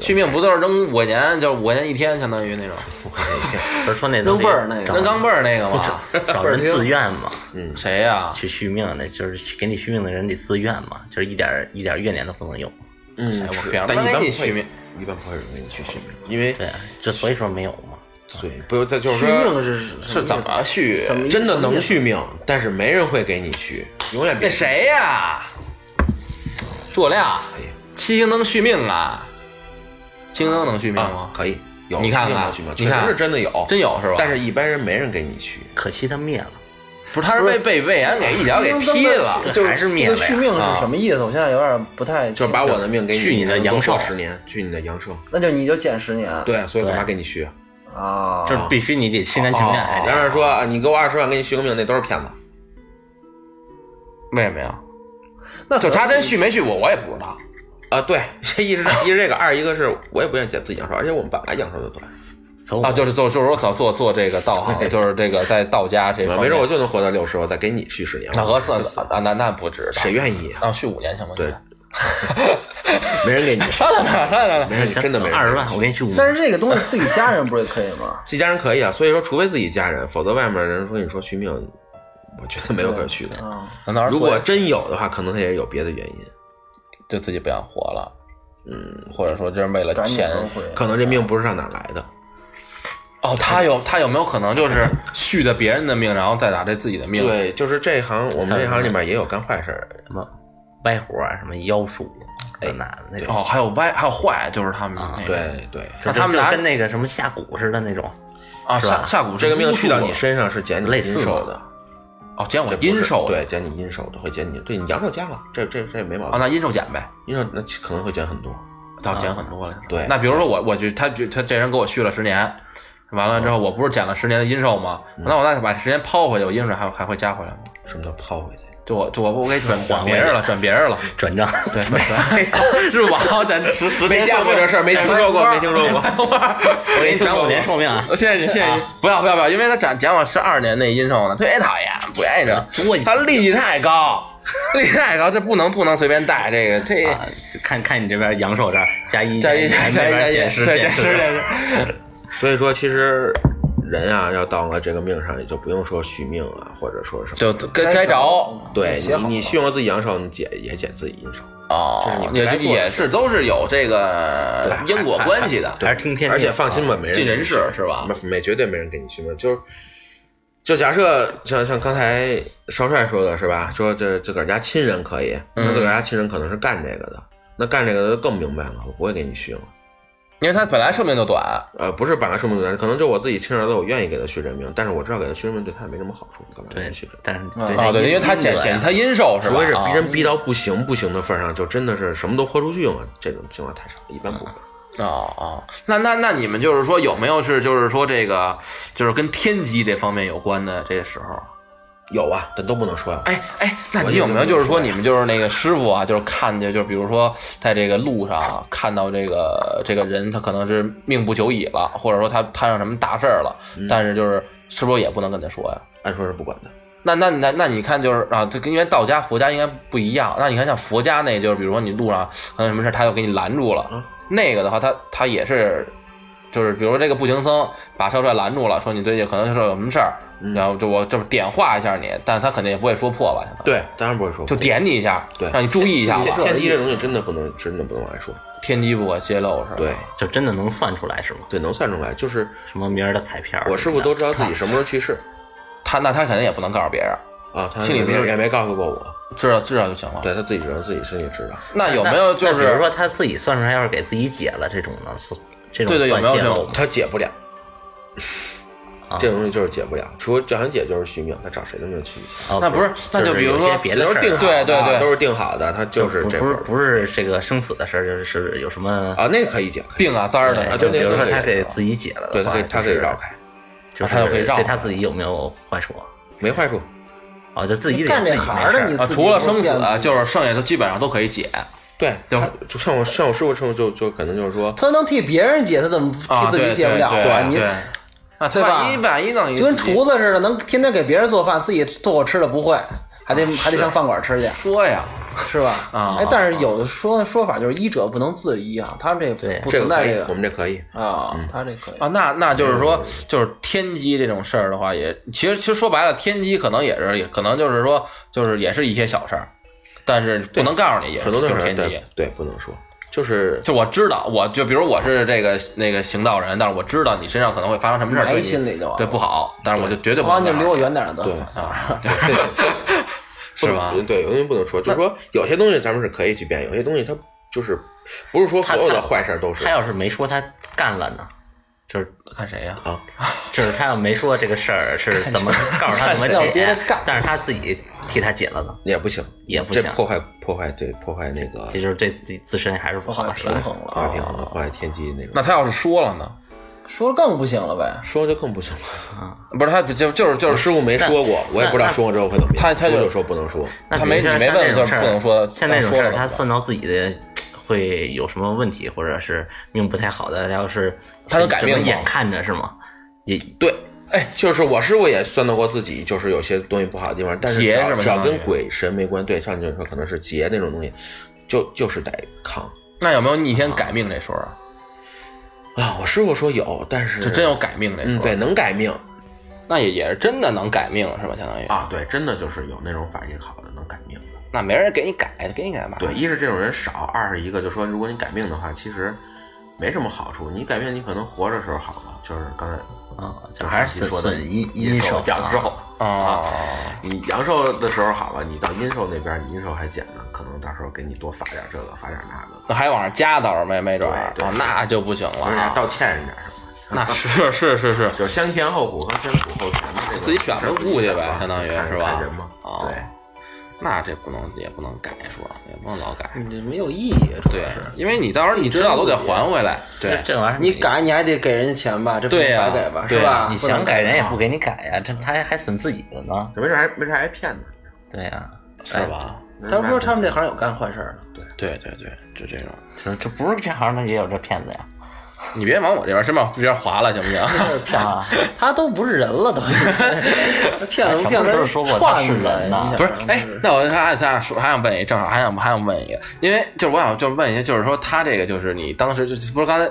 S1: 续命不都是扔五块钱，就是五块钱一天，相当于那种
S4: 我看那天，
S2: 不是说那
S3: 扔辈儿那个
S1: 扔钢镚儿那个吗？
S2: 找人自愿嘛，
S4: 嗯，
S1: 谁呀？
S2: 去续命的，就是去给你续命的人得自愿嘛，就是一点儿一点儿怨念都不能有。
S4: 嗯
S1: 谁，哎我
S4: 是
S1: 天
S4: 但一般
S1: 那你
S4: 不会
S1: 续命，
S4: 一般不会有人给你去续命，因为
S2: 对，这所以说没有嘛。
S4: 对，不是再就是
S3: 续
S4: 说
S3: 命是什么意思
S1: 是怎么续？
S3: 什么意思
S4: 真的能续命，但是没人会给你续，永远别
S1: 那谁呀？诸葛亮，七星能续命啊？青灯能续命
S4: 啊
S1: 吗？？
S4: 可以有，
S1: 你看看
S4: 续命，
S1: 你
S4: 确
S1: 看
S4: 实是真的有，
S1: 真有啊是吧？
S4: 但是一般人没人给你续。
S2: 可惜他灭了，
S1: 不是他是被被魏延给一脚给踢了？
S2: 对
S3: 就是
S2: 还是灭
S3: 这
S2: 了
S3: 个
S1: 啊
S2: 呀
S3: 续命是什么意思？我现在有点不太
S4: 就
S3: 清
S4: 是
S3: 楚。
S4: 把我的命给你，
S2: 去你的
S4: 能多
S2: 阳寿
S4: 活十年，去你的阳寿。
S3: 那就你就减十年。
S4: 对，所以我
S2: 对
S4: 妈给你续。
S3: 啊，
S2: 就是必须你得心甘情愿。
S1: 哦
S2: 哎
S4: 然后说啊你给我二十万，给你续个命，那都是骗子。
S1: 为什么呀？
S3: 那
S1: 就
S3: 可能
S1: 他真续没续我，我也不知道。
S4: 啊，对，一是一是这个，二一个是我也不愿意减自己阳寿，而且我们本来阳寿就短，
S2: 可我
S4: 哦
S1: 啊，就是做就是说做做做这个道 行，就是这个在道家这方面，
S4: 没准我就能活到六十，我再给你续十年。
S1: 那和算啊，那那不值当，
S4: 谁愿意啊？
S1: 那续五年行吗？
S4: 对，没人给你，
S1: 商量商量商量商量。
S4: 没人真的没人给你续。？
S2: 二十万，我给你续五
S3: 但
S2: 年。
S3: 是这个东西自己家人不是也可以吗
S4: 自己家人可以啊，所以说除非自己家人，否则外面人说你说续命，我觉得没有可续的。
S3: 啊，
S1: 那到时候
S4: 如果真有的话，可能他也有别的原因，
S1: 就自己不想活了，嗯，或者说就是为了
S3: 赶紧
S1: 钱，
S3: 轮回。
S4: 可能这命不是上哪儿来的。
S1: 哦，他有他有没有可能就是续的别人的命，然后再拿这自己的命？，
S4: 对，就是这行，我们这行里面也有干坏事儿的人。
S2: 什么歪活啊，什么妖术，这那的那种。
S1: 哦，还有歪还有坏，就是他们那个
S4: 啊对对，
S2: 就
S1: 他们
S2: 就
S1: 拿
S2: 跟那个什么下蛊似的那种，
S1: 啊，
S2: 是吧
S1: 下下蛊
S4: 这个命去到你
S1: 身
S4: 身上是减你
S2: 类似
S4: 阴
S2: 吗
S4: 寿的，
S1: 哦，减我
S4: 这不是
S1: 阴寿的
S4: 对，减你阴寿的会减你对你阳寿加了，这这这没毛
S1: 啊，
S4: 病。
S1: 那阴寿减呗。
S4: 阴寿那可能会减很多，
S1: 倒
S2: 啊
S1: 减很多了。
S4: 对
S1: 那比如说我，我就他就他这人给我续了十年，完了之
S2: 哦
S1: 后我不是减了十年的阴寿吗？
S2: 嗯
S1: 那我再把时间抛回去，我阴寿还还会加回来吗？
S4: 什么叫抛回去？
S1: 就我就我我给转转
S2: 还回
S1: 别人了，转别人 了。
S2: 转账
S1: 对，转支付宝转十十年寿命
S4: 儿，没听说过，没听说 过。
S2: 我给你转五年寿命啊，
S1: 谢谢你，谢谢你！不要不要不要，因为他减减我十二年那阴寿呢，特别讨厌，不愿意
S2: 多
S1: 这。他利息太高，利息太高，这不能不能随便贷，这个这
S2: 啊，看看你这边阳寿这儿加一
S1: 加一
S2: 那
S1: 加一
S2: 边
S1: 加一
S2: 减十
S1: 对
S2: 减
S1: 减十
S2: 十，
S1: 减十，
S4: 所以说，其实人啊，要到了这个命上，也就不用说续命啊，或者说什么。
S1: 就该该着
S4: 对
S3: 写好了
S4: 你，你续了自己阳寿，你解也解自己阴寿。这是
S1: 哦
S4: 你，们
S1: 也
S4: 该做的
S1: 也是都是有这个
S4: 对
S1: 因果关系的，
S2: 还是听天
S4: 而
S2: 命
S4: 且放心吧，没人
S1: 尽人事是吧？
S4: 没没绝对没人给你续命，就是就假设像像刚才少帅说的是吧？说这自个儿家亲人可以，那
S1: 嗯
S4: 自个儿家亲人可能是干这个的，那干这个的更明白了，我不会给你续了。
S1: 因为他本来寿命就短，
S4: 呃，不是本来寿命短，可能就我自己亲儿子，我愿意给他续这命，但是我知道给他续这命对他也没什么好处，干嘛给
S2: 对
S4: 他续这命？，
S2: 但是
S3: 嗯
S1: 啊，对，因为他减减他阴寿是
S4: 除
S1: 吧
S4: 非是？逼
S1: 啊
S4: 人逼到不行不行的份儿上，就真的是什么都豁出去了，这种情况太少，了，一般不会。
S1: 哦哦，那那那你们就是说有没有是就是说这个就是跟天机这方面有关的这个时候？
S4: 有啊，但都不能说呀、
S1: 哎哎，那你有没有就是说你们就是那个师傅啊，就是看见就是比如说在这个路上啊看到这个这个人他可能是命不久矣了，或者说他摊上什么大事儿了，但是就是是不是也不能跟他说呀？
S4: 按说是不管的。
S1: 那那那那你看就是啊，这跟因为道家佛家应该不一样。那你看像佛家那，就是比如说你路上可能有什么事儿，他就给你拦住了。
S4: 嗯
S1: 那个的话，他他也是，就是比如说这个步行僧把少帅拦住了，说你最近可能是有什么事儿，然后就我这么点化一下你，但他肯定也不会说破吧？相当于
S4: 对，当然不会说。
S1: 就点你一下，
S4: 对
S1: 让你注意一下吧。
S4: 天机这东西真的不能，真的不能乱说。
S1: 天机不可泄露是吧？
S4: 对
S2: 就真的能算出来是吗？
S4: 对，能算出来。就是
S2: 什么明儿的彩票？
S4: 我师傅都知道自己什么时候去世
S1: 他那他肯定也不能告诉别人，
S4: 啊，他
S1: 心里
S4: 也
S1: 滋
S4: 没
S1: 味
S4: 也没告诉过我。
S1: 知道知道就行了。
S4: 对他自己知道，自己心里知道。
S1: 那有没有就
S2: 那比如
S1: 是
S2: 说他自己算出来，要是给自己解了这种呢？算这种
S1: 对对有
S2: 算
S1: 没有
S2: 泄
S1: 这
S2: 露
S1: 种
S2: 吗
S4: 他解不了
S2: 啊。
S4: 这种东西就是解不了，除了想解就是续命，他找谁都没有去，
S2: 哦
S1: 那不是那就比如
S2: 有
S1: 说
S2: 些别
S4: 这
S2: 的
S4: 都
S2: 事儿
S4: 是
S2: 啊
S4: 定好
S1: 对
S4: 的
S1: 对对
S4: 都是定好的，他就是
S2: 不
S4: 这
S2: 不是
S4: 份儿
S2: 不是这个生死的事儿，就是是有什么
S4: 啊，那个可以解，可以
S1: 病啊灾儿的
S2: 对
S4: 啊
S2: 就比如说
S4: 对对
S2: 他
S4: 对
S2: 给自己解了
S4: 对
S2: 的
S4: 他可
S2: 话，
S4: 以他可以绕，开，
S2: 就是
S1: 他就可以绕
S2: 对他自己有没有坏处啊？
S4: 没坏处。
S2: 哦，就自己得
S3: 干这
S2: 自己
S3: 行
S2: 没
S3: 儿的
S2: 事儿
S3: 你
S1: 啊，
S3: 自己
S1: 除了
S3: 不
S1: 生死
S3: 见
S1: 啊，
S3: 自己
S1: 就是剩下都基本上都可以解。
S4: 对，
S1: 就
S4: 他就像我像我师傅这种就就可能就是说，
S3: 他能替别人解，他怎么替自己解不了
S1: 啊
S3: 你
S1: 对啊，
S3: 对吧
S1: 万一万一弄一
S3: 就跟
S1: 自己
S3: 厨子似的，能天天给别人做饭，自己做我吃的不会，还得还得上饭馆吃去，
S1: 说呀，
S3: 是吧？
S1: 啊
S3: 哎，但是有的说说法就是医者不能自医啊，他们这
S2: 对
S3: 不
S4: 这
S3: 存
S4: 个可
S3: 在
S4: 以
S3: 这，
S4: 我
S3: 个
S4: 们这可以，
S3: 啊，他这可以
S1: 啊，那那就是说，就是天机这种事儿的话也，其实其实说白了，天机可能也是，也可能就是说，就是也是一些小事儿，但是不能告诉你，也是
S4: 很多东
S1: 就是
S4: 西
S1: 天机
S4: 对。对不能说，就是
S1: 就我知道，我就比如我是这个那个行道人，但是我知道你身上可能会发生什么事儿，
S3: 埋
S1: 对你
S3: 心里就完了啊
S1: 对不好，但是我就绝对不
S3: 好，
S1: 能告诉
S3: 啊你就
S1: 你。
S3: 离我远点儿得
S4: 对
S3: 了。
S1: 啊，
S4: 不
S1: 是吧？
S4: 能嗯对，有些东西不能说，就是说有些东西咱们是可以去变，有些东西它就是不是说所有的坏事儿都是
S2: 他。要是没说他干了呢，就是
S1: 看谁呀？
S4: 啊
S2: 就是他要没说这个事儿是怎么告诉他怎么
S3: 让别
S2: 解
S3: 人干，
S2: 但是他自己替他解了呢，
S4: 也不行，
S2: 也不
S4: 这
S2: 行
S4: 破坏破坏对破坏那个
S2: 这就是对自己自身还是不
S3: 我好
S2: 好
S3: 像
S2: 的事儿
S3: 平衡了，
S4: 啊平衡破坏天机那种。
S1: 哦那他要是说了呢？
S3: 说了更不行了呗。
S4: 说就更不行了。
S1: 不是他就就就是就
S4: 我
S1: 是
S4: 师傅没说过，我也不知道
S2: 那
S4: 说过之后会怎么样。
S1: 他他就
S4: 说就说不能说，
S2: 那
S1: 他
S2: 比如
S1: 没
S2: 说
S1: 你没
S2: 像
S1: 问
S2: 这种
S1: 就
S2: 事儿
S1: 不能说呃
S2: 像这种
S1: 说
S2: 事
S1: 了
S2: 儿，
S1: 怎么办
S2: 他算到自己的会有什么问题，或者是命不太好的，要是
S1: 他能改命吗
S2: 什么眼看着是吗？也
S4: 对，哎，就是我师傅也算到过自己，就是有些东西不好的地方，但是只
S1: 劫是
S4: 要
S1: 吧
S4: 只要
S1: 相当于
S4: 跟鬼神没关，对，上去说可能是劫那种东西，就就是得扛
S1: 那有没有逆天改命这说啊？
S4: 啊。我师傅说有，但是
S1: 就真有，改命这说？
S4: 嗯，对，，能改命
S1: 那也也是真的能改命是吧？相当于，
S4: 啊，对，真的就是有那种法医考的能改命的。
S1: 那没人给你改，给你改嘛？
S4: 对，，一是这种人少，二是一个就说，如果你改命的话，其实没什么好处。你改命，你可能活着时候好了，就是刚才
S2: 啊，
S4: 就
S2: 就是还是
S4: 你
S2: 损
S4: 说的
S2: 损阴阴寿
S4: 阳寿
S2: 啊。
S1: 啊，
S4: 你阳寿的时候好了，你到阴寿那边，你阴寿还减呢，可能到时候给你多发点这个，发点那个，
S1: 那还往上加倒是没没准儿，
S4: 对对
S1: 哦那就不行了
S4: 有点
S1: 啊。
S4: 道歉人点什 么的，
S1: 那是是是是，
S4: 就是先甜后苦和先苦后甜的这个
S1: 自己选吧
S4: 事儿自己
S1: 顾去
S4: 选
S1: 呗
S4: 吧
S1: 相当于
S4: 看
S1: 是吧
S4: 看人嘛，
S1: 哦
S4: 对，
S1: 那这不能也不能改说，也不能老改。
S3: 你这没有意义，主
S1: 对
S3: 要是，
S1: 因为你到时候你知道都得还回来。
S2: 这
S1: 对，哎
S2: 这玩意儿
S3: 你改你还得给人家钱吧，这不
S1: 对
S3: 能
S1: 呀
S3: 白给吧，
S1: 对
S3: 是吧？
S2: 啊你
S3: 不能
S2: 想改人也不给你改呀，这他还还损自己的呢。
S4: 没事还没事还骗呢。
S2: 对呀，
S1: 是吧？
S3: 他们说他们这行有干坏事儿的，
S1: 对对对，就这种。
S2: 这这不是这行的也有这骗子呀。
S1: 你别往我这边，先往这边划了，行 不行？
S2: 啊，
S3: 他都不是人了 都，骗子骗
S2: 什么时候
S3: 子
S2: 说过
S3: 串
S2: 他是
S3: 的
S2: 人呢
S3: 你想
S1: 不是，哎，那我还想说，还想问一，正好还想还想问一个，因为就是我想就是问一下，就是说他这个就是你当时就不是刚才，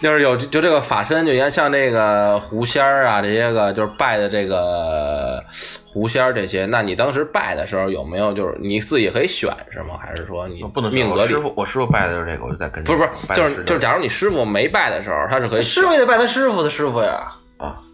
S1: 就是有就这个法身，就原像这个狐仙儿啊，这些个就是拜的这个狐仙儿这些，那你当时拜的时候有没有就是你自己可以选是吗？还是说你
S4: 不能选
S1: 命格
S4: 我
S1: 里
S4: 师？傅，我师傅拜的就是这个，我就在跟着
S1: 不是不是，
S4: 拜
S1: 就
S4: 的
S1: 是
S4: 这
S1: 就是，
S4: 个
S1: 假如你师傅没拜的时候，他是可以
S3: 师傅也得拜他师傅的师傅呀，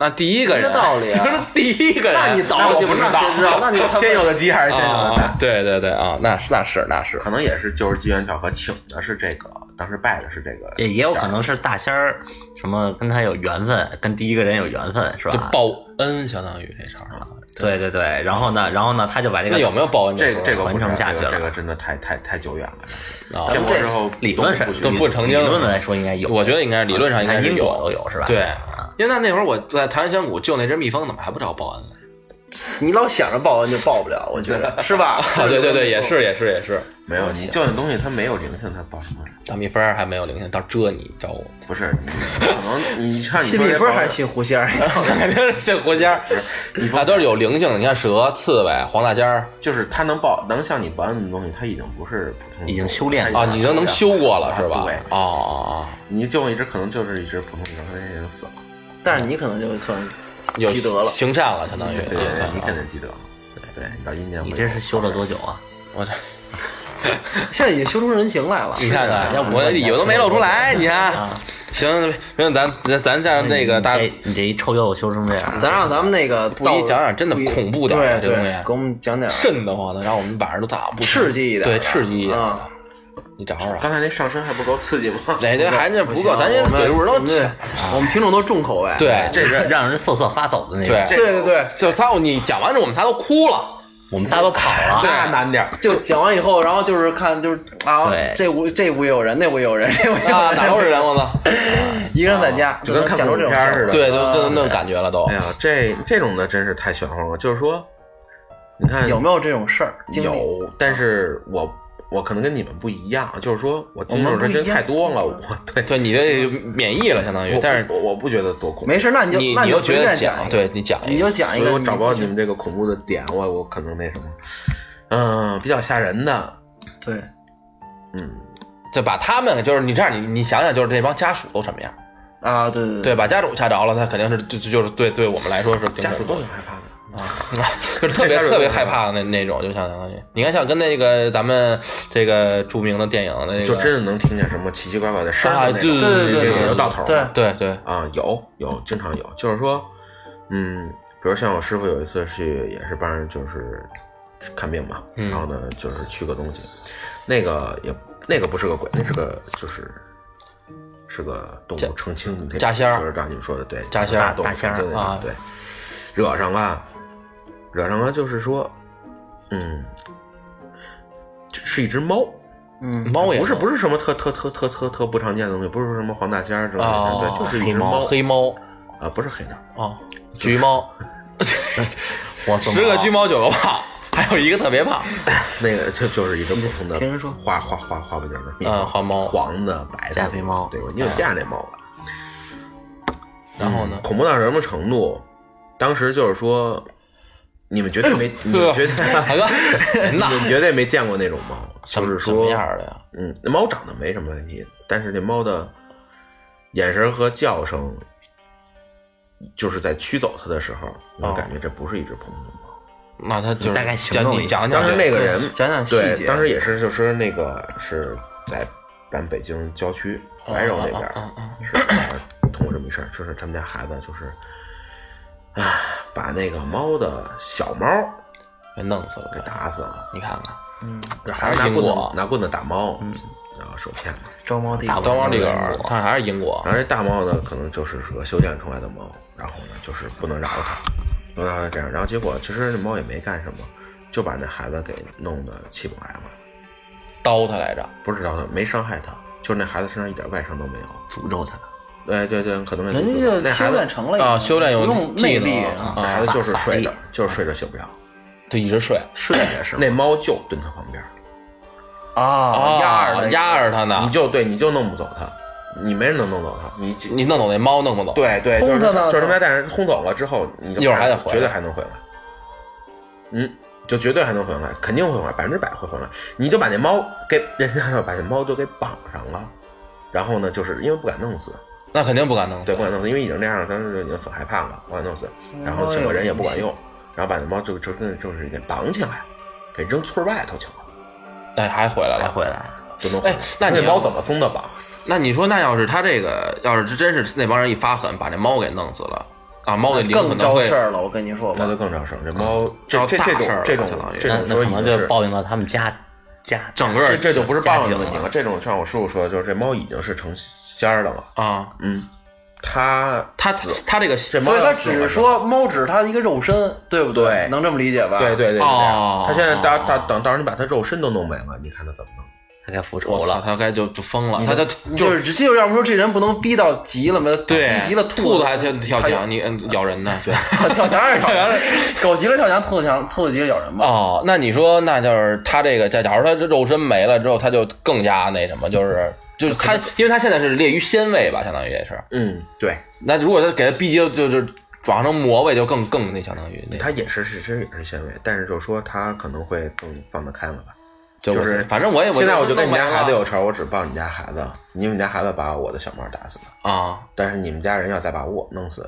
S1: 那第一个人，
S3: 一个道理 啊
S1: 就是第一个人，
S3: 那你
S1: 那
S3: 倒
S1: 就
S3: 不知道，那你他
S4: 先有的鸡还是先有的蛋？
S1: 啊，对对对啊，那是那是那是，
S4: 可能也是就是机缘巧合，请的是这个，当时拜的是这个，
S2: 也也有可能是大仙儿什么跟他有缘分，跟第一个人有缘分是
S1: 就
S2: 吧？
S1: 报恩相当于这事儿啊。
S2: 对对对，然后呢，然后呢，他就把这
S1: 那
S2: 个
S1: 有没有报恩
S4: 这
S1: 时
S4: 个
S1: 候
S4: 这个
S2: 传
S4: 不知道
S2: 承下
S4: 这
S2: 去
S4: 个
S2: 了
S4: 这个真的太太太久远了。
S1: 啊
S4: 建国之后
S2: 理论上
S4: 都不
S1: 都不成精
S2: 理论来说应该有，
S1: 我觉得应该是理论上应该是
S2: 按因
S1: 有
S2: 果都有是吧？
S1: 对
S2: 啊，
S1: 因为那那会儿我在台湾香谷救那只蜜蜂，怎么还不找我报恩呢？
S3: 你老想着报恩就报不了，我觉得是吧？
S1: 啊，对对对，也是也是也是，
S4: 没有你叫那东西，它没有灵性，它报什么？
S1: 大蜜蜂儿还没有灵性，到这你找 我，
S4: 不是，你可能你看你
S3: 信
S4: 说
S3: 蜜
S4: 这
S3: 蜂还
S4: 报
S3: 是信狐仙儿？
S1: 肯定是这活仙儿，那都是有灵性的。你看蛇、刺猬、黄大仙儿
S4: 就是它能报能向你报恩的东西，它已经不是普通，
S2: 已经修炼
S4: 它已经
S1: 啊，你都能修过了是吧
S4: 对，？
S1: 哦哦
S4: 你救一只可能就是一只普通的，它也经死了。
S3: 但是你可能就算
S1: 哦，有
S3: 积德了。
S1: 行善了，相当于
S4: 对对
S1: 啊
S4: 对，
S1: 算
S4: 你肯
S1: 了
S4: 定记得了。对，你到阴间会
S2: 你
S4: 有
S2: 这是修了多久啊？
S1: 我这。
S3: 现在已经修出人情来了。啊
S1: 你看看，
S2: 要不
S1: 我
S2: 说
S1: 的
S2: 你
S1: 理由都没露出来，你看，行行，咱咱咱让那个大
S2: 你这你这一臭鼬修成这样，
S3: 咱让咱们那个
S1: 不一讲点真的恐怖点儿
S3: 对
S1: 的这东西
S3: 对，给我们讲点儿
S1: 瘆得慌的，让我们晚上都打不
S3: 刺激一点儿
S1: 对，
S3: 的，
S1: 刺激一点。
S3: 啊！
S1: 你找找，
S4: 刚才那上身还不够刺激吗？
S1: 哪这还那不够，咱这
S3: 我们
S1: 嘴不都
S3: 我们对，我们听众都重口味。
S1: 对
S2: 这是让人瑟瑟发抖的那种。
S1: 对，
S3: 对对对，
S1: 就他你讲完之后，我们仨都哭了。
S2: 我们仨都跑了，啊
S4: 那难点儿。
S3: 就讲完以后，然后就是看就是啊
S2: 对，
S3: 这屋这屋也有人，那屋也有人， 这屋也
S1: 啊，
S3: 有
S1: 哪
S3: 人，
S1: 都是人，我操！
S3: 一个人在家，
S4: 就跟看
S3: 讲
S4: 恐
S3: 出这
S4: 怖
S3: 种
S4: 片儿似的。
S1: 对，就就那种感觉了都
S4: 哎。呀，这这种的真是太玄乎了。就是说，你看
S3: 有没有这种事儿？经历
S4: 有，但是我我可能跟你们不一样，就是说我经历
S3: 我们
S4: 这种事
S3: 不一
S4: 真
S3: 样
S4: 太多了，我 对，
S1: 对，你这就免疫了，相当于
S4: 我，
S1: 但是
S4: 我我不觉得多恐怖，
S3: 没事，那你就
S1: 你
S3: 那
S1: 你
S3: 就
S1: 又觉
S3: 随
S1: 得
S3: 便
S1: 讲，
S3: 一
S1: 对
S3: 个，
S1: 你讲一
S3: 你
S1: 个
S3: 就，讲一
S4: 所以
S3: 个，
S4: 我找不到你们这个恐怖的点，我我可能那什么，嗯，比较吓人的，
S3: 对，
S4: 嗯，
S1: 就把他们就是你这样，你你想想，就是那帮家属都什么样？
S3: 啊，对对
S1: 对，把家属吓着了，他肯定是就就就是对对我们来说是挺
S4: 家属
S1: 恐
S4: 都
S1: 怖的
S4: 挺害怕的，
S1: 就是特别
S4: 家属都
S1: 特别
S4: 害
S1: 害
S4: 怕
S1: 怕的那那种，就相当于你看，像跟那个咱们这个著名的电影的那
S4: 就
S1: 个，
S4: 真的能听见什么奇奇怪怪的声
S1: 啊
S4: 儿的那
S1: 对
S4: 种，
S1: 对对
S4: 那
S1: 对
S4: 个
S1: 对
S4: 有到头儿
S3: 对
S4: 了，
S1: 对对，
S4: 啊，有有，经常有，就是说，嗯，比如像我师傅有一次去，也是帮人就是看病嘛，
S1: 嗯
S4: 然后呢就是去个东西，那个也那个不是个鬼，那是个就是是个动物澄清的那种，
S1: 家仙儿
S4: 就是让你们说的对，
S1: 家仙儿
S4: 大动物
S2: 大仙
S4: 澄
S2: 儿
S4: 清的
S1: 啊
S4: 那种，对，惹上了，惹上了，就是说，嗯，是一只猫。
S3: 嗯，
S1: 猫也
S4: 不是
S1: 能
S4: 不是什么特特特特特特不常见的东西，不是什么黄大仙儿之类的，
S1: 哦
S4: 对，就是一
S2: 黑
S4: 只
S2: 猫
S4: 猫，
S1: 黑猫
S4: 啊，不是黑猫，
S1: 啊，橘猫，
S2: 我操
S1: 十个橘猫九个胖，还有一个特别胖，
S4: 那个就就是一只普通的，
S3: 听人说
S4: 花花花花不点儿的蜜
S1: 嗯，花猫。
S4: 黄的、白的
S2: 加菲猫
S4: 对，你有
S1: 啊
S4: 见那猫吧？
S1: 然后呢？
S4: 恐怖到什么程度？当时就是说，你们绝对没，
S1: 哎
S4: 嗯你们绝对，
S1: 大 哥，那
S4: 你们绝对没见过那种猫，
S1: 什
S4: 就
S1: 么
S4: 是
S1: 什么
S4: 说，
S1: 样的呀？
S4: 嗯，那猫长得没什么问题，但是那猫的眼神和叫声，就是在驱走它的时候，我
S1: 哦
S4: 感觉这不是一只普通的猫。
S1: 那他就是
S2: 你大概形
S1: 讲
S2: 容
S1: 你
S2: 一下
S1: 讲讲
S4: 当时那个人
S3: 讲讲细
S4: 对，
S3: 节。
S4: 当时也是，就是那个是在咱北京郊区怀柔那边儿，是通过这么一事儿，就是他们家孩子就是，啊，把那个猫的小猫
S1: 给弄死了，
S4: 给打死了，
S1: 你看看，
S4: 还
S1: 是
S4: 拿
S1: 英
S4: 棍子
S1: 国
S4: 拿棍子打猫，然后手欠嘛，
S3: 招猫地
S2: 打不
S1: 端王这个
S2: 英国嗯
S1: 他还是英国
S4: 然后这大猫呢，可能就是个修炼出来的猫，然后呢就是不能饶它，不能让它这样，然后结果其实那猫也没干什么，就把那孩子给弄得起不来了，
S1: 刀他来着，
S4: 不知道他没伤害他，就是那孩子身上一点外伤都没有。
S2: 诅咒他，
S4: 对哎对对，可能会
S3: 人家
S4: 堵住
S3: 就
S4: 那
S3: 修
S4: 孩
S3: 炼
S4: 子，
S3: 成了
S1: 啊修炼有
S3: 不用
S1: 技
S3: 内
S1: 能
S3: 力
S1: 啊
S4: 那孩子就是
S2: 法
S4: 睡
S2: 力
S4: 着，就是睡着醒不了。
S1: 就一直睡
S2: 睡也是吗
S4: 那猫就蹲他旁边，
S3: 啊，压着
S1: 哦压着他呢
S4: 你，就对你就弄不走它，你没人能弄走它，你就
S1: 你弄走那猫弄不走，
S4: 对对，就
S3: 轰
S4: 是
S3: 它呢
S4: 就是他妈但是轰走了之后，你就
S1: 一会儿还得回来
S4: 绝对还能回来，嗯，就绝对还能回来，肯定会回来，百分之百会回来。你就把那猫给人家说把那猫就给绑上了，然后呢，就是因为不敢弄死，
S1: 那肯定不敢弄死，
S4: 对，不敢弄死，因为已经那样了，当时就已经很害怕了，不敢弄死，
S3: 嗯
S4: 然后请个人也
S1: 哎
S4: 不管用，然后把那猫就就跟就是给绑起来，给扔村外头去了，
S1: 哎，还回来
S2: 还
S1: 了。
S2: 回来。
S4: 就弄回来
S1: 哎
S4: 了。，
S1: 那你
S4: 那
S1: 要
S4: 猫怎么松的绑？
S1: 那你说，那要是他这个，要是真是那帮人一发狠，把这猫给弄死了啊，猫的灵可
S3: 更
S1: 能
S3: 招
S1: 会
S3: 事儿了，我跟你说
S4: 那
S3: 吧
S4: 就。更招事儿。这猫
S1: 招
S4: 这这这
S1: 啊大事儿
S4: 种
S1: 了
S4: 这种
S1: 相当于
S4: 这
S2: 那
S4: 种
S2: 那
S4: 说
S2: 可
S4: 已
S2: 能
S4: 经
S2: 就是报应到他们家家
S1: 整个
S4: 这这就不是
S2: 家
S4: 报应
S2: 庭
S4: 的问题
S2: 了
S4: 了，这种像我师傅说的，就是这猫已经是成仙儿的了。
S1: 啊，
S4: 嗯，它
S1: 他
S4: 死了
S1: 他这个
S4: 这猫
S3: 所以
S4: 要
S3: 他
S4: 死
S3: 只是
S4: 了
S3: 说猫只是他的一个肉身，对不
S4: 对
S3: 能这么理解吧？
S4: 对对对，
S1: 啊哦
S4: 他现在到
S1: 哦
S4: 到等到时候你把他肉身都弄没了，你看他怎么弄？
S2: 他该复
S1: 我
S2: 仇
S1: 操，
S2: 了。
S1: 他该就就疯了，
S4: 你
S1: 他他
S3: 就
S1: 就是
S3: 直接要不说这人不能逼到急了嘛，
S1: 对
S3: 逼急了
S1: 兔
S3: 子
S1: 子还跳跳
S3: 还有
S1: 墙，你嗯咬人呢。
S3: 跳墙还是跳墙？狗急了跳墙，兔子墙，兔子急了咬人嘛。
S1: 哦，那你说，那就是他这个，假假如他这肉身没了之后，他就更加那什么，就是就是他，因为他现在是列于仙位吧，相当于也是。
S4: 嗯，对，
S1: 那如果他给他逼就就是转成魔位，就更更那相当于那
S4: 他也是是其实也是纤维，但是就说他可能会更放得开了吧。
S1: 就
S4: 就是
S1: 反哎正我也
S4: 现在我就跟你们家
S1: 弄完了
S4: 孩子有仇，我只抱你家孩子，你们家孩子把我的小猫打死了，
S1: 啊，
S4: 但是你们家人要再把我弄死，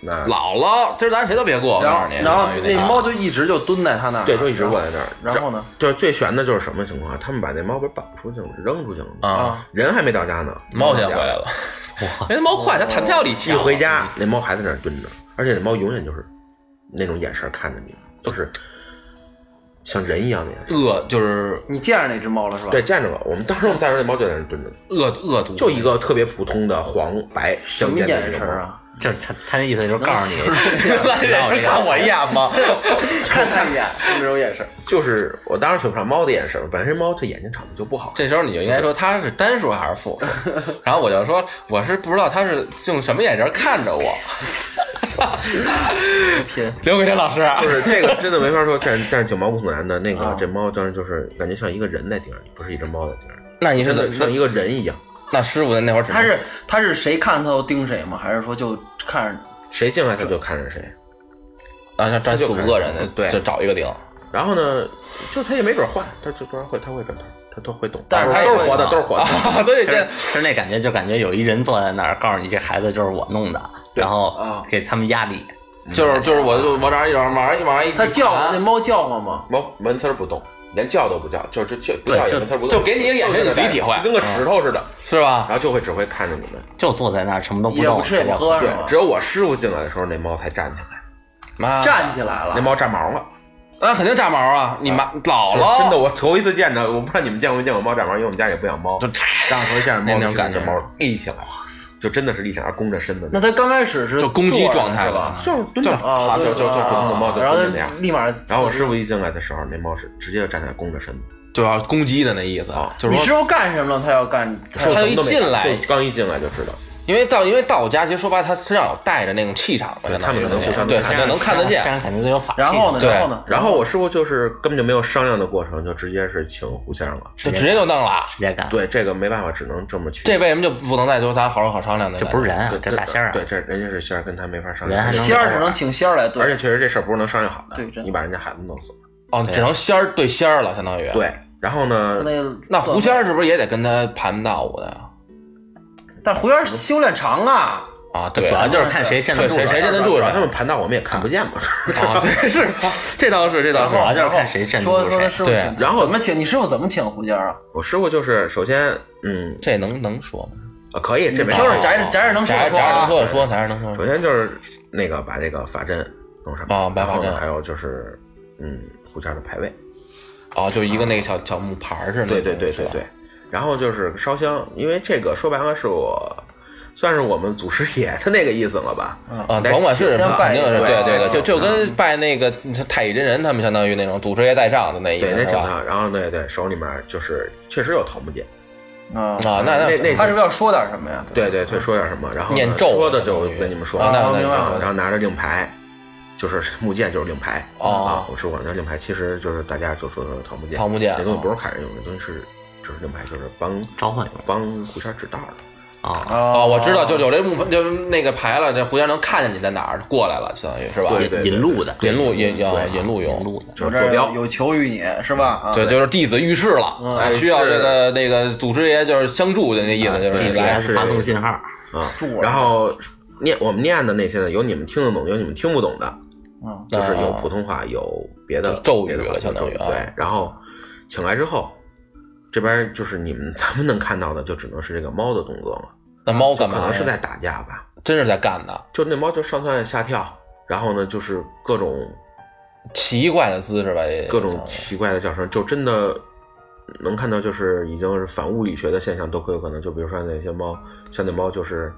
S4: 那
S1: 姥姥，今儿咱谁都别过，我
S3: 然
S1: 告
S3: 后
S1: 诉你，
S3: 然后
S1: 相当于
S3: 那
S1: 那
S3: 猫就一直就蹲在他那儿，
S4: 对，就一直卧在那儿。
S3: 然后呢？
S4: 就是最悬的就是什么情况？啊他们把那猫不是绑出去了吗，扔出去了吗？
S1: 啊，
S4: 人还没到家呢，
S1: 猫先
S4: 到
S1: 回
S4: 家
S1: 来了，哎，那猫快，它弹跳力
S4: 一
S1: 强，
S4: 回家，那猫还在那儿蹲着，而且那猫永远就是那种眼神看着你，就是像人一样的眼神。
S1: 恶就是
S3: 你见着那只猫了是吧？
S4: 对，，站着吧。我们当时我们在时候，那猫就在那儿蹲着呢，
S1: 恶恶毒，
S4: 就一 个特别普通的黄白
S3: 什
S4: 相
S3: 么
S4: 间的
S3: 眼
S4: 一个
S3: 神
S4: 猫。
S3: 啊？
S2: 就是他他那意思就是 告诉你，
S1: 看我一眼吗？
S3: 看他一眼，就那种眼神。
S4: 就是我当时喜不上猫的眼神，本身猫它眼睛长得就不好。
S1: 这时候你就应该说他是单数还是复数，然后我就说我是不知道他是用什么眼神看着我。 刘给天老师啊，
S4: 就是这个真的没法说，但是但是九毛骨悚然的那个
S3: 啊
S4: 这猫当时就是感觉像一个人在盯着你，不是一只猫在盯着你，
S1: 那你是
S4: 真的
S1: 怎
S4: 像
S1: 那
S4: 一个人一样。
S1: 那师傅那会儿只
S3: 他是他是谁看他都盯谁吗？还是说就看着？
S4: 谁进来它就看着谁，
S1: 啊，那站四五个人的，
S4: 对
S1: 就找一个顶。
S4: 然后呢，就它也没准换，它就突然会，它会转头，它都会动，
S3: 但是它也
S4: 都是
S3: 会
S4: 活的，
S3: 动
S4: 都是活的。
S1: 啊，对
S2: 其实
S1: 对，
S2: 其实那感觉就感觉有一人坐在那儿，告诉你这孩子就是我弄的，然后
S3: 啊
S2: 给他们压力。
S1: 就是就是我就我这儿一往上一往上一，
S3: 他叫那
S1: 一
S3: 猫叫唤吗？
S4: 猫闻丝儿不动，连叫都不叫，就是叫不
S2: 对
S4: 叫也
S2: 就
S4: 闻丝儿不
S1: 盘
S4: 动，
S1: 就给你一个眼神，你自己体会啊
S4: 就跟个石头似的，
S1: 是吧？
S4: 然后就会只会看着你们。
S2: 就坐在那儿什么都
S3: 也
S2: 动，
S3: 不吃也不喝是
S4: 对，
S3: 吗
S4: 只？有我师傅进来的时候，那猫才站起来，
S1: 妈，
S3: 站起来
S4: 那
S3: 了，
S4: 猫炸毛了。
S1: 那肯定炸毛啊！你妈姥
S4: 就是
S1: 姥
S4: 真的，我头一次见着，我不知道你们见没见过猫炸毛，因为我们家也不养猫，
S1: 就
S4: 但是头一见着猫
S1: 那种
S4: 就是
S1: 感觉
S4: 那猫立起来，就真的是立起来，弓着身子，
S3: 那他刚开始是
S1: 就攻击
S3: 坐着
S1: 状态
S3: 是
S1: 吧
S3: 吧？
S4: 就是蹲着，
S3: 啊，
S4: 就就
S3: 对
S4: 就普通的猫就
S3: 然后
S4: 蹲着那样
S3: 他。立马，
S4: 然后我师傅一进来的时候，那猫是直接就站起来弓着身子，
S1: 就要攻击的那意思
S4: 啊，
S1: 就是
S3: 你
S1: 说
S3: 师傅干什么了？他要干，他
S1: 他就
S3: 要
S1: 一进来
S4: 就刚一进来就知道，
S1: 因为到因为到我家，其实说白，了，他身上有带着那种气场嘛，
S4: 对
S1: 相当于
S4: 他们能
S1: 是
S4: 互相
S1: 对，
S4: 看
S1: 肯定能看得
S2: 这
S1: 见。
S2: 样感觉都有法器。
S3: 然后呢？
S1: 对
S3: 然后呢？
S4: 然后我师傅就是根本就没有商量的过程，就直接是请胡先生了。
S1: 就直接就弄了，
S2: 直接干，
S4: 对，这个没办法，只能这么去。
S1: 这为什么就不能再多咱好好好商量呢？
S2: 这不是人啊
S4: 这，
S2: 这大仙儿啊
S4: 对，，这人家是仙儿，跟他没法商
S2: 人还
S4: 量。
S2: 能
S3: 仙儿只能请仙儿来对，
S4: 啊而且确实这事儿不是能商量好的，
S3: 对真
S4: 你把人家孩子弄死了。
S1: 哦，只能仙儿对仙儿了，相当于。，
S4: 对，然后
S3: 他
S4: 呢，
S3: 那个
S1: 那狐仙儿是不是也得跟他盘道武的呀？
S3: 但狐仙儿修炼长啊，
S1: 啊，对
S2: 主
S1: 啊，
S2: 要就是看谁镇得住
S1: 对
S2: 了，
S1: 谁谁镇得住
S4: 主要
S1: 了
S4: 他们盘道我们也看不见嘛。
S1: 啊，对，是，这倒是，这倒
S2: 主
S1: 是。
S2: 要就是看谁镇得
S3: 说
S2: 住
S3: 说他
S2: 谁。
S3: 师傅
S1: 对
S3: 请，
S4: 然后
S3: 怎么请？你师傅怎么请狐仙儿啊？
S4: 我师傅就是首先，嗯，
S1: 这能能说吗？哦
S4: 呃可以，这没
S3: 听
S4: 事
S3: 着
S4: 儿。
S3: 咱是咱是能说
S1: 咱
S3: 的
S1: 是
S3: 说
S1: 咱是
S3: 啊
S1: 能说的说，咱是能说的
S4: 首
S1: 说。
S4: 先就是那个把这个法阵弄上
S1: 哦摆法
S4: 然后呢
S1: 阵
S4: 还有就是嗯胡仙儿的牌位，
S1: 哦，就一个那个小小木牌儿似的。
S4: 对对对
S1: 是
S4: 对
S1: 吧
S4: 对。然后就是烧香，因为这个说白了是我算是我们祖师爷的那个意思了吧？
S1: 啊，
S4: 来
S1: 甭管是什么，
S3: 先
S1: 肯
S3: 拜
S1: 定是
S3: 一个
S1: 对对对，
S4: 啊
S1: 就就跟拜那个太乙真人他们相当于那种祖师爷在上的那一个，
S4: 对，那
S1: 是
S4: 挺
S1: 吧？
S4: 大。然后对对，手里面就是确实有桃木剑，
S3: 啊，
S1: 啊，那
S4: 那那
S3: 他是不是要说点什么呀？
S4: 对对，对，说点什么，然后呢
S1: 念咒啊
S4: 说的
S1: 相
S4: 就
S1: 当于
S4: 跟你们说
S1: 啊
S4: 了，
S1: 那
S4: 然
S3: 那明白
S4: 后
S1: 了
S4: 然后拿着令牌，就是木剑就是令牌
S1: 哦
S4: 啊，我说我那令牌其实就是大家就说桃木剑，
S1: 桃木剑
S4: 那东西
S1: 哦
S4: 不是砍人用的，那东西是就是令牌，就是帮
S2: 召唤用的
S4: 帮狐仙指道的。
S2: 啊，
S1: 啊，
S3: 哦
S1: 我知道，就有这木就那个牌了，这狐仙能看见你在哪儿过来了，相当于是吧？
S4: 对
S2: 引引路的，
S1: 引路引
S2: 对
S1: 啊引路用
S2: 引路的，
S4: 就
S3: 我
S4: 是
S3: 这
S4: 坐
S3: 儿
S4: 标
S3: 有。有求于你是吧？
S4: 嗯
S3: 啊，
S1: 对，就是弟子遇事了，
S3: 嗯
S1: 哎，
S4: 遇
S1: 需要
S4: 事
S1: 这个那个祖师爷就是相助的那意思，就是来
S4: 是
S2: GPS 发送信号，
S4: 啊
S3: 住了，
S4: 然后念我们念的那些呢，有你们听得懂，有你们听不懂的，
S3: 嗯，
S4: 就是有普通话，有别的
S1: 就啊咒语
S4: 别的话
S1: 了相当于啊
S4: 对，然后请来之后，这边就是你们 咱们能看到的，就只能是这个猫的动作了，
S1: 那猫干
S4: 可
S1: 嘛呀？
S4: 能是在打架吧，
S1: 真是在干的，
S4: 就那猫就上蹿下跳，然后呢就是各种
S1: 奇怪的姿势吧，也
S4: 各种奇怪的叫声，就真的。能看到，就是已经是反物理学的现象都会有可能。就比如说那些猫，像那猫就是，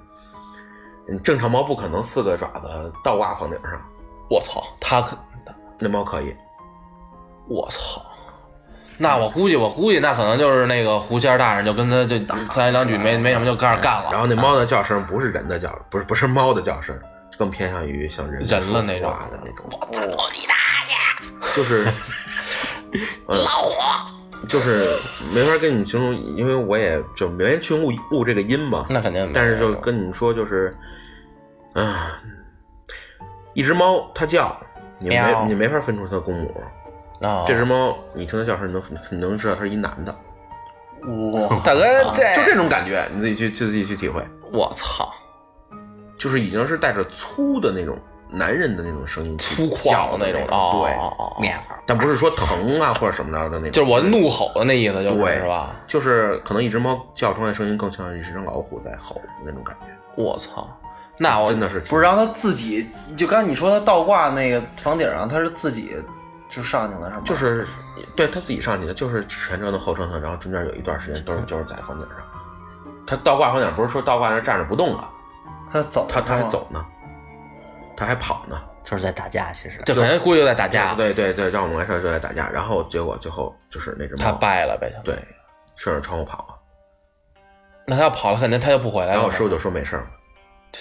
S4: 嗯，正常猫不可能四个爪子倒挂房顶上，
S1: 我操，他可
S4: 那猫可以，
S1: 我操。那我估计，我估计那可能就是那个狐仙大人就跟他就三言两语没没什么就开始干了，
S4: 然后那猫的叫声不是人的叫，不是不是猫的叫声，更偏向于像人
S1: 人了那
S4: 那
S1: 种
S4: 的那种， 就是老虎，就是没法跟你形容，因为我也就没人去悟悟这个音嘛。
S1: 那肯定没有。
S4: 但是就跟你们说，就是，啊，一只猫它叫，你没
S1: 喵
S4: 你没法分出它的公母。
S1: 啊，
S4: 这只猫，你听它叫声能你能知道它是一男的，
S3: 哇，
S1: 大哥这
S4: 就这种感觉，你自己去去自己去体会。
S1: 我操，
S4: 就是已经是带着粗的那种男人的那种声音，
S1: 粗犷的
S4: 的
S1: 那种
S4: 种，
S1: 哦
S2: 啊
S1: 哦
S4: 对，
S1: 哦哦
S2: 喵，
S4: 但不是说疼啊或者什么着的那种，
S1: 就是我怒吼的那意思，就是
S4: 对
S1: 是吧？？
S4: 就是可能一只猫叫出来的声音更像一只老虎在吼的那种感觉，
S1: 我操，那我
S4: 真的是挺
S3: 不是让他自己，就刚才你说他倒挂那个房顶上，他是自己就上去了是吗？
S4: 就是对它自己上去的，就是全程的后程程，然后中间有一段时间都是就是在房顶上，它倒挂房顶不是说倒挂那站着不动了，
S3: 他走，
S4: 它它
S1: 哦
S4: 还
S3: 是吗，
S4: 走呢，它还跑呢，
S2: 就是在打架，其实
S1: 这肯定估计在打架，
S4: 对对对，让我们来说就在打架，然后结果最后就是那只
S1: 他
S4: 猫
S1: 败了呗。
S4: 对顺着窗户跑了。
S1: 那他要跑了，肯定他就不回来
S4: 然
S1: 了
S4: 后
S1: 嘛。
S4: 我师傅就说没事儿了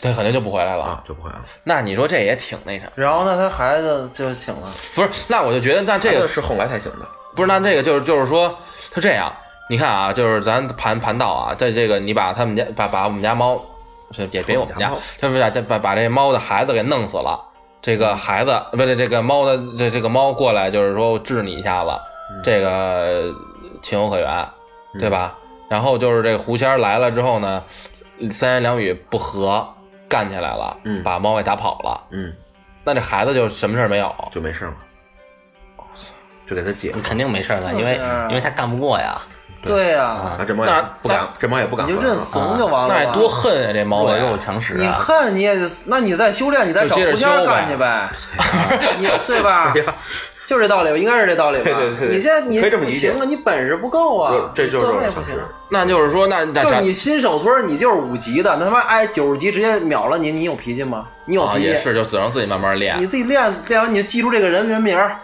S1: 他肯定就不回来了。
S4: 啊，就不会了。
S1: 那你说这也挺那什么？
S3: 然后呢，他孩子就醒了，
S1: 不是？那我就觉得，那这
S4: 他
S1: 个
S4: 们是后来才醒的，
S1: 不是，那这个就是就是说，他这样，你看啊，就是咱盘盘道啊，在这个你把他们家把把我们家猫，是也别我们家，他们家这把把这猫的孩子给弄死了。这个孩子不是这个猫的这这个猫过来，就是说治你一下子，
S3: 嗯
S1: 这个情有可原，对吧？然后就是这个狐仙儿来了之后呢，三言两语不合，干起来了，
S4: 嗯
S1: 把猫给打跑了。
S4: 嗯，
S1: 那这孩子就什么事儿没有，
S4: 就没事儿了。就给他解了。
S2: 肯定没事儿了，因为
S3: 这样啊
S2: 因为他干不过呀，
S3: 对呀
S2: 啊，
S4: 啊，这猫也
S1: 那
S4: 不敢，这猫也不敢
S3: 你
S4: 回
S3: 就
S4: 来
S3: 认
S4: 了。啊
S3: 怂就完了吧，
S1: 那得多恨啊！这猫
S2: 弱
S1: 呀
S2: 肉强食
S3: 你
S2: 啊，
S3: 恨你也得，那你再修炼，你再找
S1: 就接着
S3: 狐仙儿
S1: 修呗
S3: 干去呗，
S4: 哎
S3: 你对 吧？就这道理吧，应该是这道理吧？
S4: 对对对对
S3: 你现在你
S4: 可以这么
S3: 不
S4: 理解
S3: 行啊，你本事不够啊
S4: 就，这就是
S3: 段
S4: 肉
S3: 位
S4: 肉
S3: 不
S4: 强
S3: 行
S4: 食
S3: 啊。，
S1: 那就是说，那那
S3: 就是你新手村，你就是五级的，那他妈挨九十级直接秒了你，你有脾气吗？你有
S1: 啊，
S3: 脾气？
S1: 也是，就只能自己慢慢练
S3: 你。自己练练完，你就记住这个人人名儿，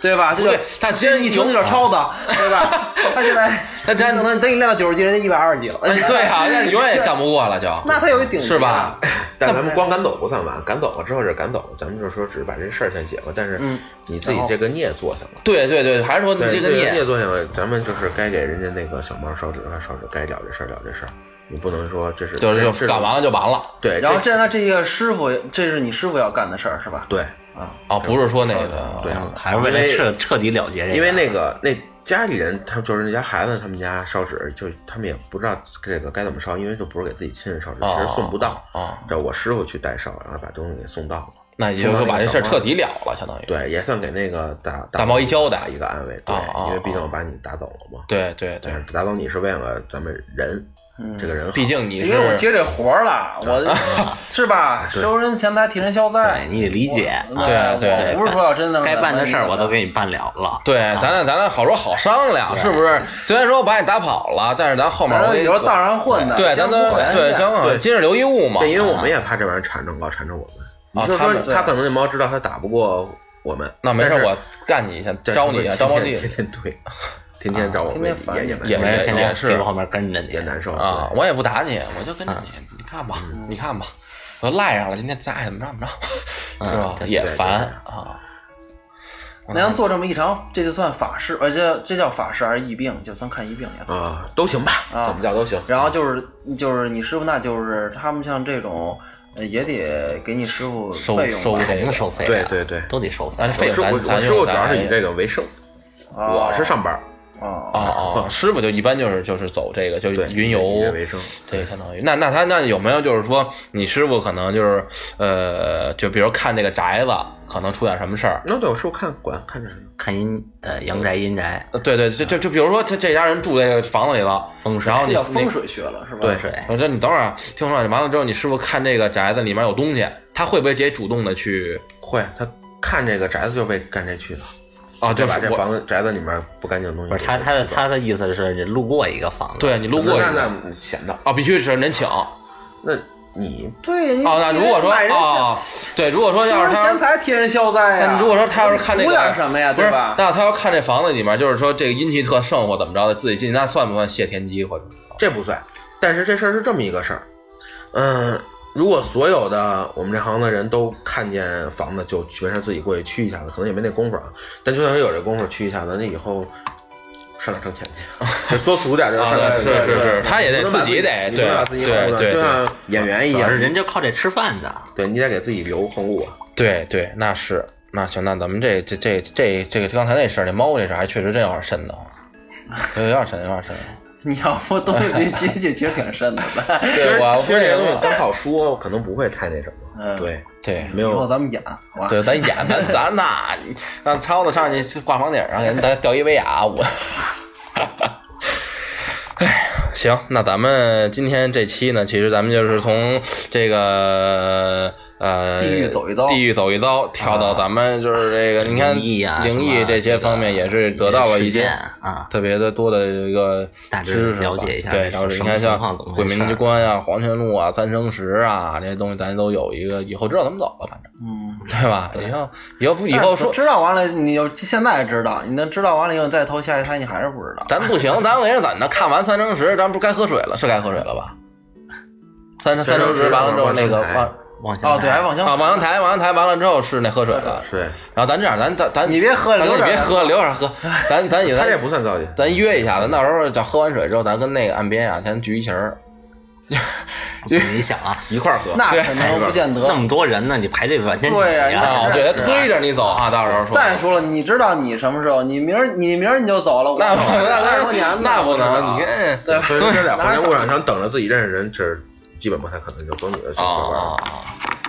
S3: 对吧？这就
S1: 对他其实
S3: 你就叫超子，对吧？他现在
S1: 他真
S3: 等等等你练到九十级，人家一百二十级了，
S1: 哎对啊，那你永远也干不过了，就
S3: 那他有一顶级啊
S1: 是吧？？
S4: 但 咱们光赶走不算完，赶走了之后是赶走，咱们就说只是把这事儿先解了，但是
S3: 嗯
S4: 你自己
S3: 然后
S4: 这个孽做下了。
S1: 对对对，还是说你这
S4: 对，
S1: 个
S4: 个
S1: 孽，
S4: 做下了，咱们就是该给人家那个小猫烧纸，烧纸该了这事儿了这事儿，你不能说这是
S1: 就是
S4: 这
S1: 就是干完了就完了
S4: 对，
S3: 然后这那这个师傅，这是你师傅要干的事儿是吧？
S4: 对
S3: 啊，
S1: 啊，不是说那个
S4: 对
S2: 嗯还是为了
S4: 因
S2: 彻彻底了结这个，
S4: 因为那个那家里人，他们就是那家孩子，他们家烧纸，就他们也不知道这个该怎么烧，因为就不是给自己亲人烧纸，
S1: 哦
S4: 其实送不到。
S1: 啊，
S4: 这我师傅去代烧，然后把东西给送到了。
S1: 那也就是说把这事儿彻底了了，相当于
S4: 对，也算给那个大
S1: 大猫一交代
S4: 一个安慰。对
S1: 哦哦，
S4: 因为毕竟我把你打走了嘛。
S1: 对对对
S4: 但是，打走你是为了咱们人，
S3: 嗯
S4: 这个人好
S1: 毕竟你
S3: 因为我
S1: 是啊
S3: 接这活儿了，我 是吧？收人钱财替人消灾
S2: 对，你得理解，
S3: 我
S2: 啊
S1: 对
S3: 我
S1: 对
S3: 不是说要真的
S2: 该办的事儿我都给你办了了，
S1: 对，咱俩咱俩好说好商量，是不是？虽然说我把你打跑了，但是咱后面
S3: 反
S1: 我
S3: 正
S1: 给
S3: 以
S1: 你
S3: 后道上混的，
S1: 对，咱都对，相互今日留一物嘛，
S4: 对，因为我们也怕这玩意儿缠着老缠着我们。你
S1: 啊
S4: 就
S1: 他
S4: 说
S1: 们
S4: 他可能那猫知道他打不过我们，
S1: 那没事
S4: 但
S1: 儿，
S4: 是
S1: 我干你一下，
S4: 对
S1: 招你一下，
S4: 他
S1: 招
S4: 们
S1: 猫
S4: 天
S1: 弟
S4: 天天天 对，天天找我
S3: 啊天
S4: 们
S3: 天烦
S4: 也
S3: 你
S4: 也蛮
S1: 也没
S2: 天天
S1: 也是
S2: 屁股后面跟着你
S4: 也，难受
S1: 啊，
S4: 对嗯
S1: 我也不打你，我就跟着你，你看吧，你看吧，
S4: 嗯
S1: 我赖上了，今天咱爱怎么着怎么着，是吧？也
S4: 对
S1: 烦啊。
S3: 那要做这么一场，这就算法事，而且这叫法事还是疫病，就算看疫病也算。
S4: 啊，都行吧，
S1: 嗯
S3: 啊
S4: 怎么叫都行。
S3: 然后就是就是你师傅，那就是他们像这种，呃也得给你师傅
S2: 收
S3: 费用
S2: 收
S3: 吧？
S2: 肯定收费啊，
S4: 对对对
S2: 都得收费
S1: 那
S2: 啊。
S1: 哎费
S4: 我
S1: 用
S4: 师傅，
S1: 咱咱
S4: 我师傅
S1: 用
S4: 主要是以
S1: 咱
S4: 这个为生，我是上班儿，
S1: 哦
S3: 啊，
S1: 哦，师傅就一般就是就是走这个，就是
S4: 对，
S1: 云
S4: 以这
S1: 游
S4: 为生。
S1: 对，相当于那那他那有没有就是说，你师傅可能就是呃，就比如看这个宅子可能出点什么事儿。
S4: 那对我师傅看管看着，
S2: 看阴呃阳宅阴宅
S1: 呃对对，就就就比如说他这家人住在这个房子里了，
S2: 风水
S1: 然后
S3: 这
S1: 你
S3: 叫
S1: 那
S3: 风水学了是吧？
S4: 对
S2: 水，
S1: 我说你等会儿啊，听我说，完了之后，你师傅看这个宅子里面有东西，他会不会直接主动的去
S4: 会他看这个宅子就被干这去了，
S1: 啊？
S4: 就
S1: 对
S4: 把
S1: 吧？
S4: 这
S1: 我
S4: 房子宅子里面不干净的东西。
S2: 不是他他的他的意思是你路过一个房子，
S1: 对你路过
S4: 那
S1: 一
S4: 那
S1: 个
S4: 那闲的，
S1: 啊，必须是人请哦。
S4: 那你
S3: 对，你
S1: 那如果说
S3: 买人钱
S1: 啊，对，如果说
S3: 丢
S1: 要
S3: 人
S1: 是
S3: 钱
S1: 他。
S3: 财替人消灾呀。
S1: 那如果说他要是看这
S3: 图
S1: 个，
S3: 点什么呀，
S1: 不是
S3: 对吧？
S1: 那他要看这房子里面，就是说这个阴气特盛或怎么着的，自己进去，那算不算谢天机或者？
S4: 这不算。但是这事儿是这么一个事儿，嗯，如果所有的我们这行的人都看见房子就全是自己过去驱一下子，可能也没那功夫啊。但就算是有这功夫驱一下子，那以后上哪挣钱去？说俗点儿就是
S1: 啊，
S4: 上哪
S1: 对
S4: 挣钱
S1: 是
S4: 去。
S1: 是是，他也
S4: 你
S1: 得
S4: 不能
S1: 自
S4: 把
S1: 己得
S4: 你不
S1: 对
S4: 能把自己
S1: 对
S4: 蒙了
S1: 对
S4: 就
S1: 对
S4: 像演员一
S2: 主要
S4: 样
S2: 是，人家靠这吃饭的，
S4: 对你得给自己留后路啊。
S1: 对对，那是那行，那咱们这这这这这个刚才那事儿，这猫这事儿还确实真有点瘆 得慌，有点瘆，有点瘆。
S3: 你要不东西这这这其实 挺深的吧？
S1: 对，我
S4: 其实这个东西
S1: 我
S4: 单好说，可能不会太那什么。
S3: 嗯
S4: 对，
S1: 对
S4: 没
S3: 以后
S4: 有
S3: 咱们演好吧？
S1: 对，咱演咱咱那，你让曹子上去挂房顶上，给人咱吊一威亚，我。哎，行，那咱们今天这期呢，其实咱们就是从这个呃
S3: 地狱走一遭
S1: 地狱走一遭，跳到咱们就是这个，你看
S2: 啊灵异啊
S1: 灵
S2: 什
S1: 异
S2: 么
S1: 这些方面也是得到了一
S2: 事件
S1: 些
S2: 啊，
S1: 特别的多的一个
S2: 大致
S1: 知识吧
S2: 了解一下
S1: 对，
S2: 是
S1: 然后
S2: 什
S1: 你
S2: 么
S1: 看
S2: 情
S1: 像
S2: 况怎么
S1: 鬼
S2: 回事
S1: 门之关啊、黄泉路啊、三生石啊这些东西，咱都有一个以后知道怎么走了，反正
S3: 嗯，
S1: 对吧？以后以后不以后说
S3: 知道完了，你就现在知道，你能知道完了以后再投下一胎，你还是不知道。
S1: 咱不行，咱给人怎么着？看完三生石，咱不该喝水了，是该喝水了吧？三三生石完了之后，那个
S4: 望乡
S1: 望
S2: 往下
S3: 哦，对，还往
S1: 啊
S3: 下
S1: 望洋台，望洋台完了之后是那喝水了。
S4: 对，
S1: 然后咱这样，咱咱咱
S3: 你别喝
S1: 咱
S3: 了留
S1: 你
S3: 点
S1: 别
S3: 儿哎
S1: 喝了，留点儿喝。咱咱也
S4: 他
S1: 咱
S4: 这不算造假。
S1: 咱约一下子，到时候咱喝完水之后，咱跟那个岸边啊，咱聚一群儿。
S2: 你想啊，
S4: 一块儿喝，
S3: 那可能不见
S2: 那
S3: 得。
S2: 么多人呢，你排队往前挤
S3: 对呀你
S2: 呀
S3: 看
S1: 啊，对，他推着你走啊，到时候说。
S3: 哎再说了，你知道你什么时候？你明儿你明儿你就走了，我
S1: 那不那
S3: 三十多年
S1: 那那
S3: 呢
S1: 不能，你
S3: 我知
S1: 看
S3: 道对吧？
S4: 所以这在黄泉路上想等着自己认识人，这是基本不太可能，就走你的小伙伴
S1: 啊
S4: 儿。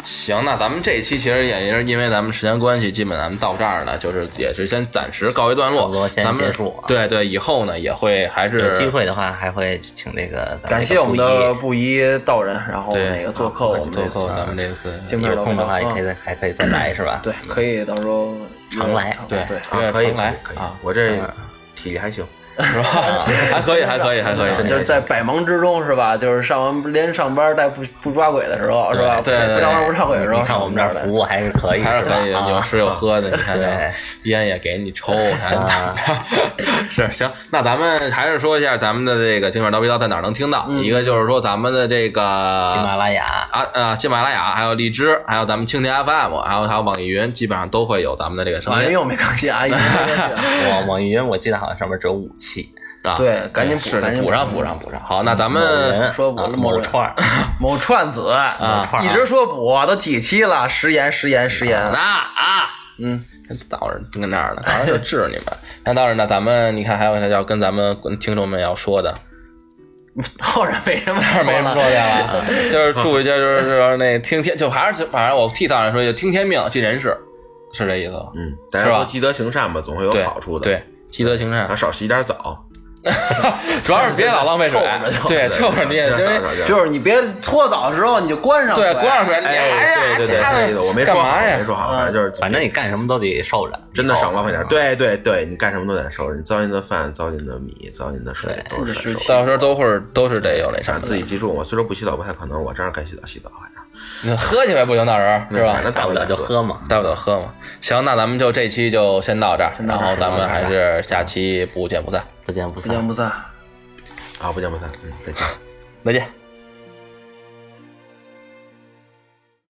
S1: 行，那咱们这一期其实也是因为咱们时间关系，基本咱们到这儿呢，就是也是先暂时告一段
S2: 差不
S1: 落，
S2: 多先
S1: 咱们
S2: 结束啊
S1: 对对，以后呢也会还是
S2: 有机会的话，还会请这个咱
S3: 感
S2: 们这
S3: 谢
S2: 个
S3: 我们
S2: 布
S3: 的
S2: 衣
S3: 布衣道人，然后
S1: 对啊
S3: 那个做客我们
S1: 做
S3: 这
S1: 客
S3: 次
S1: 咱们这次
S3: 精品
S2: 有空的话也可以
S3: 以
S2: 再还可以再 来是吧？
S3: 嗯对，可以到时候
S2: 常来
S1: 对
S3: 对。
S4: 啊，
S1: 对
S4: 可以
S1: 常来
S4: 可以
S1: 啊，
S4: 我这体力还行，
S1: 是吧？还可以，还可以，还可以，
S3: 就是在百忙之中是吧？就是上完连上班带不不抓鬼的时候是吧？
S1: 对对对
S3: 不上班不上鬼的时候，
S2: 你看我们这儿服务还是可以，
S1: 还是可以，
S2: 吧
S1: 有
S2: 啊
S1: 吃有喝的，你看
S2: 对
S1: 烟也给你抽，还
S2: 啊
S1: 是行。那咱们还是说一下咱们的这个精品刀逼刀在哪儿能听到？一个就是说咱们的这个
S2: 喜马拉雅，
S1: 啊啊，喜马拉雅，还有荔枝，还有咱们蜻蜓 FM，还有还有网易云，基本上都会有咱们的这个声
S3: 网易
S1: 音
S3: 又没更新啊，一直没更新
S2: 网网易云我记得好像上面只有五期，
S1: 啊。
S3: 对赶紧补
S1: 是
S3: 赶紧补
S1: 补上补上补上。好，那咱们
S2: 人
S3: 说我
S2: 啊
S3: 了某
S2: 某
S3: 人
S2: 串儿，
S3: 某串子啊
S2: 串儿啊
S3: 一直说补，都几期了，食言食言食言
S1: 那，啊，
S3: 嗯，
S1: 到时候盯跟那儿呢，到时候就治你们。那到时候呢，咱们你看还有啥要跟咱们听众们要说的，
S3: 后面没什么
S1: 这儿没什么说的了， 就是注意，就是 就是那听天，就还是反正我替大人说，就听天命，尽人事，是这意思吧？
S4: 嗯，大
S1: 是
S4: 家
S1: 吧
S4: 都积德行善吧，总会有
S1: 对，
S4: 好处的。，
S1: 对，积德行善
S4: 咱。少洗点澡，
S1: 主要是别老浪费水，对，就是你， 因为
S3: 就是你别搓澡的时候你就关上，
S1: 对，关上。水，你
S4: 哎，
S1: 还
S4: 对对对，
S1: 家
S4: 这意思我没
S1: 干
S4: 说好，
S1: 嘛
S4: 我没
S1: 呀？
S4: 说好，反正就是
S2: 反正你干什么都得受着，
S4: 真的
S2: 以后啊
S4: 少
S1: 嗯
S4: 浪费点儿。对对对，你干什么都得收拾，你糟践的饭，糟践的米，糟践的水，
S2: 对
S4: 都是得
S3: 自己
S4: 收拾。
S1: 到时候都会儿都是得有那啥
S4: 但啊是自己记住，我虽说不洗澡不太可能，我这样该洗澡洗澡，哎反正
S1: 你喝起来不行，到时候是吧
S4: 反？正
S2: 大不了就喝嘛。
S1: 大不了喝嘛。行，那咱们就这期就先到这儿，
S3: 到
S1: 然
S3: 这儿
S1: 后咱们还是下期不见不散，
S2: 不见不
S3: 不
S2: 散
S3: 见。不散。
S4: 啊，不见不散，嗯，再见。
S1: 再见。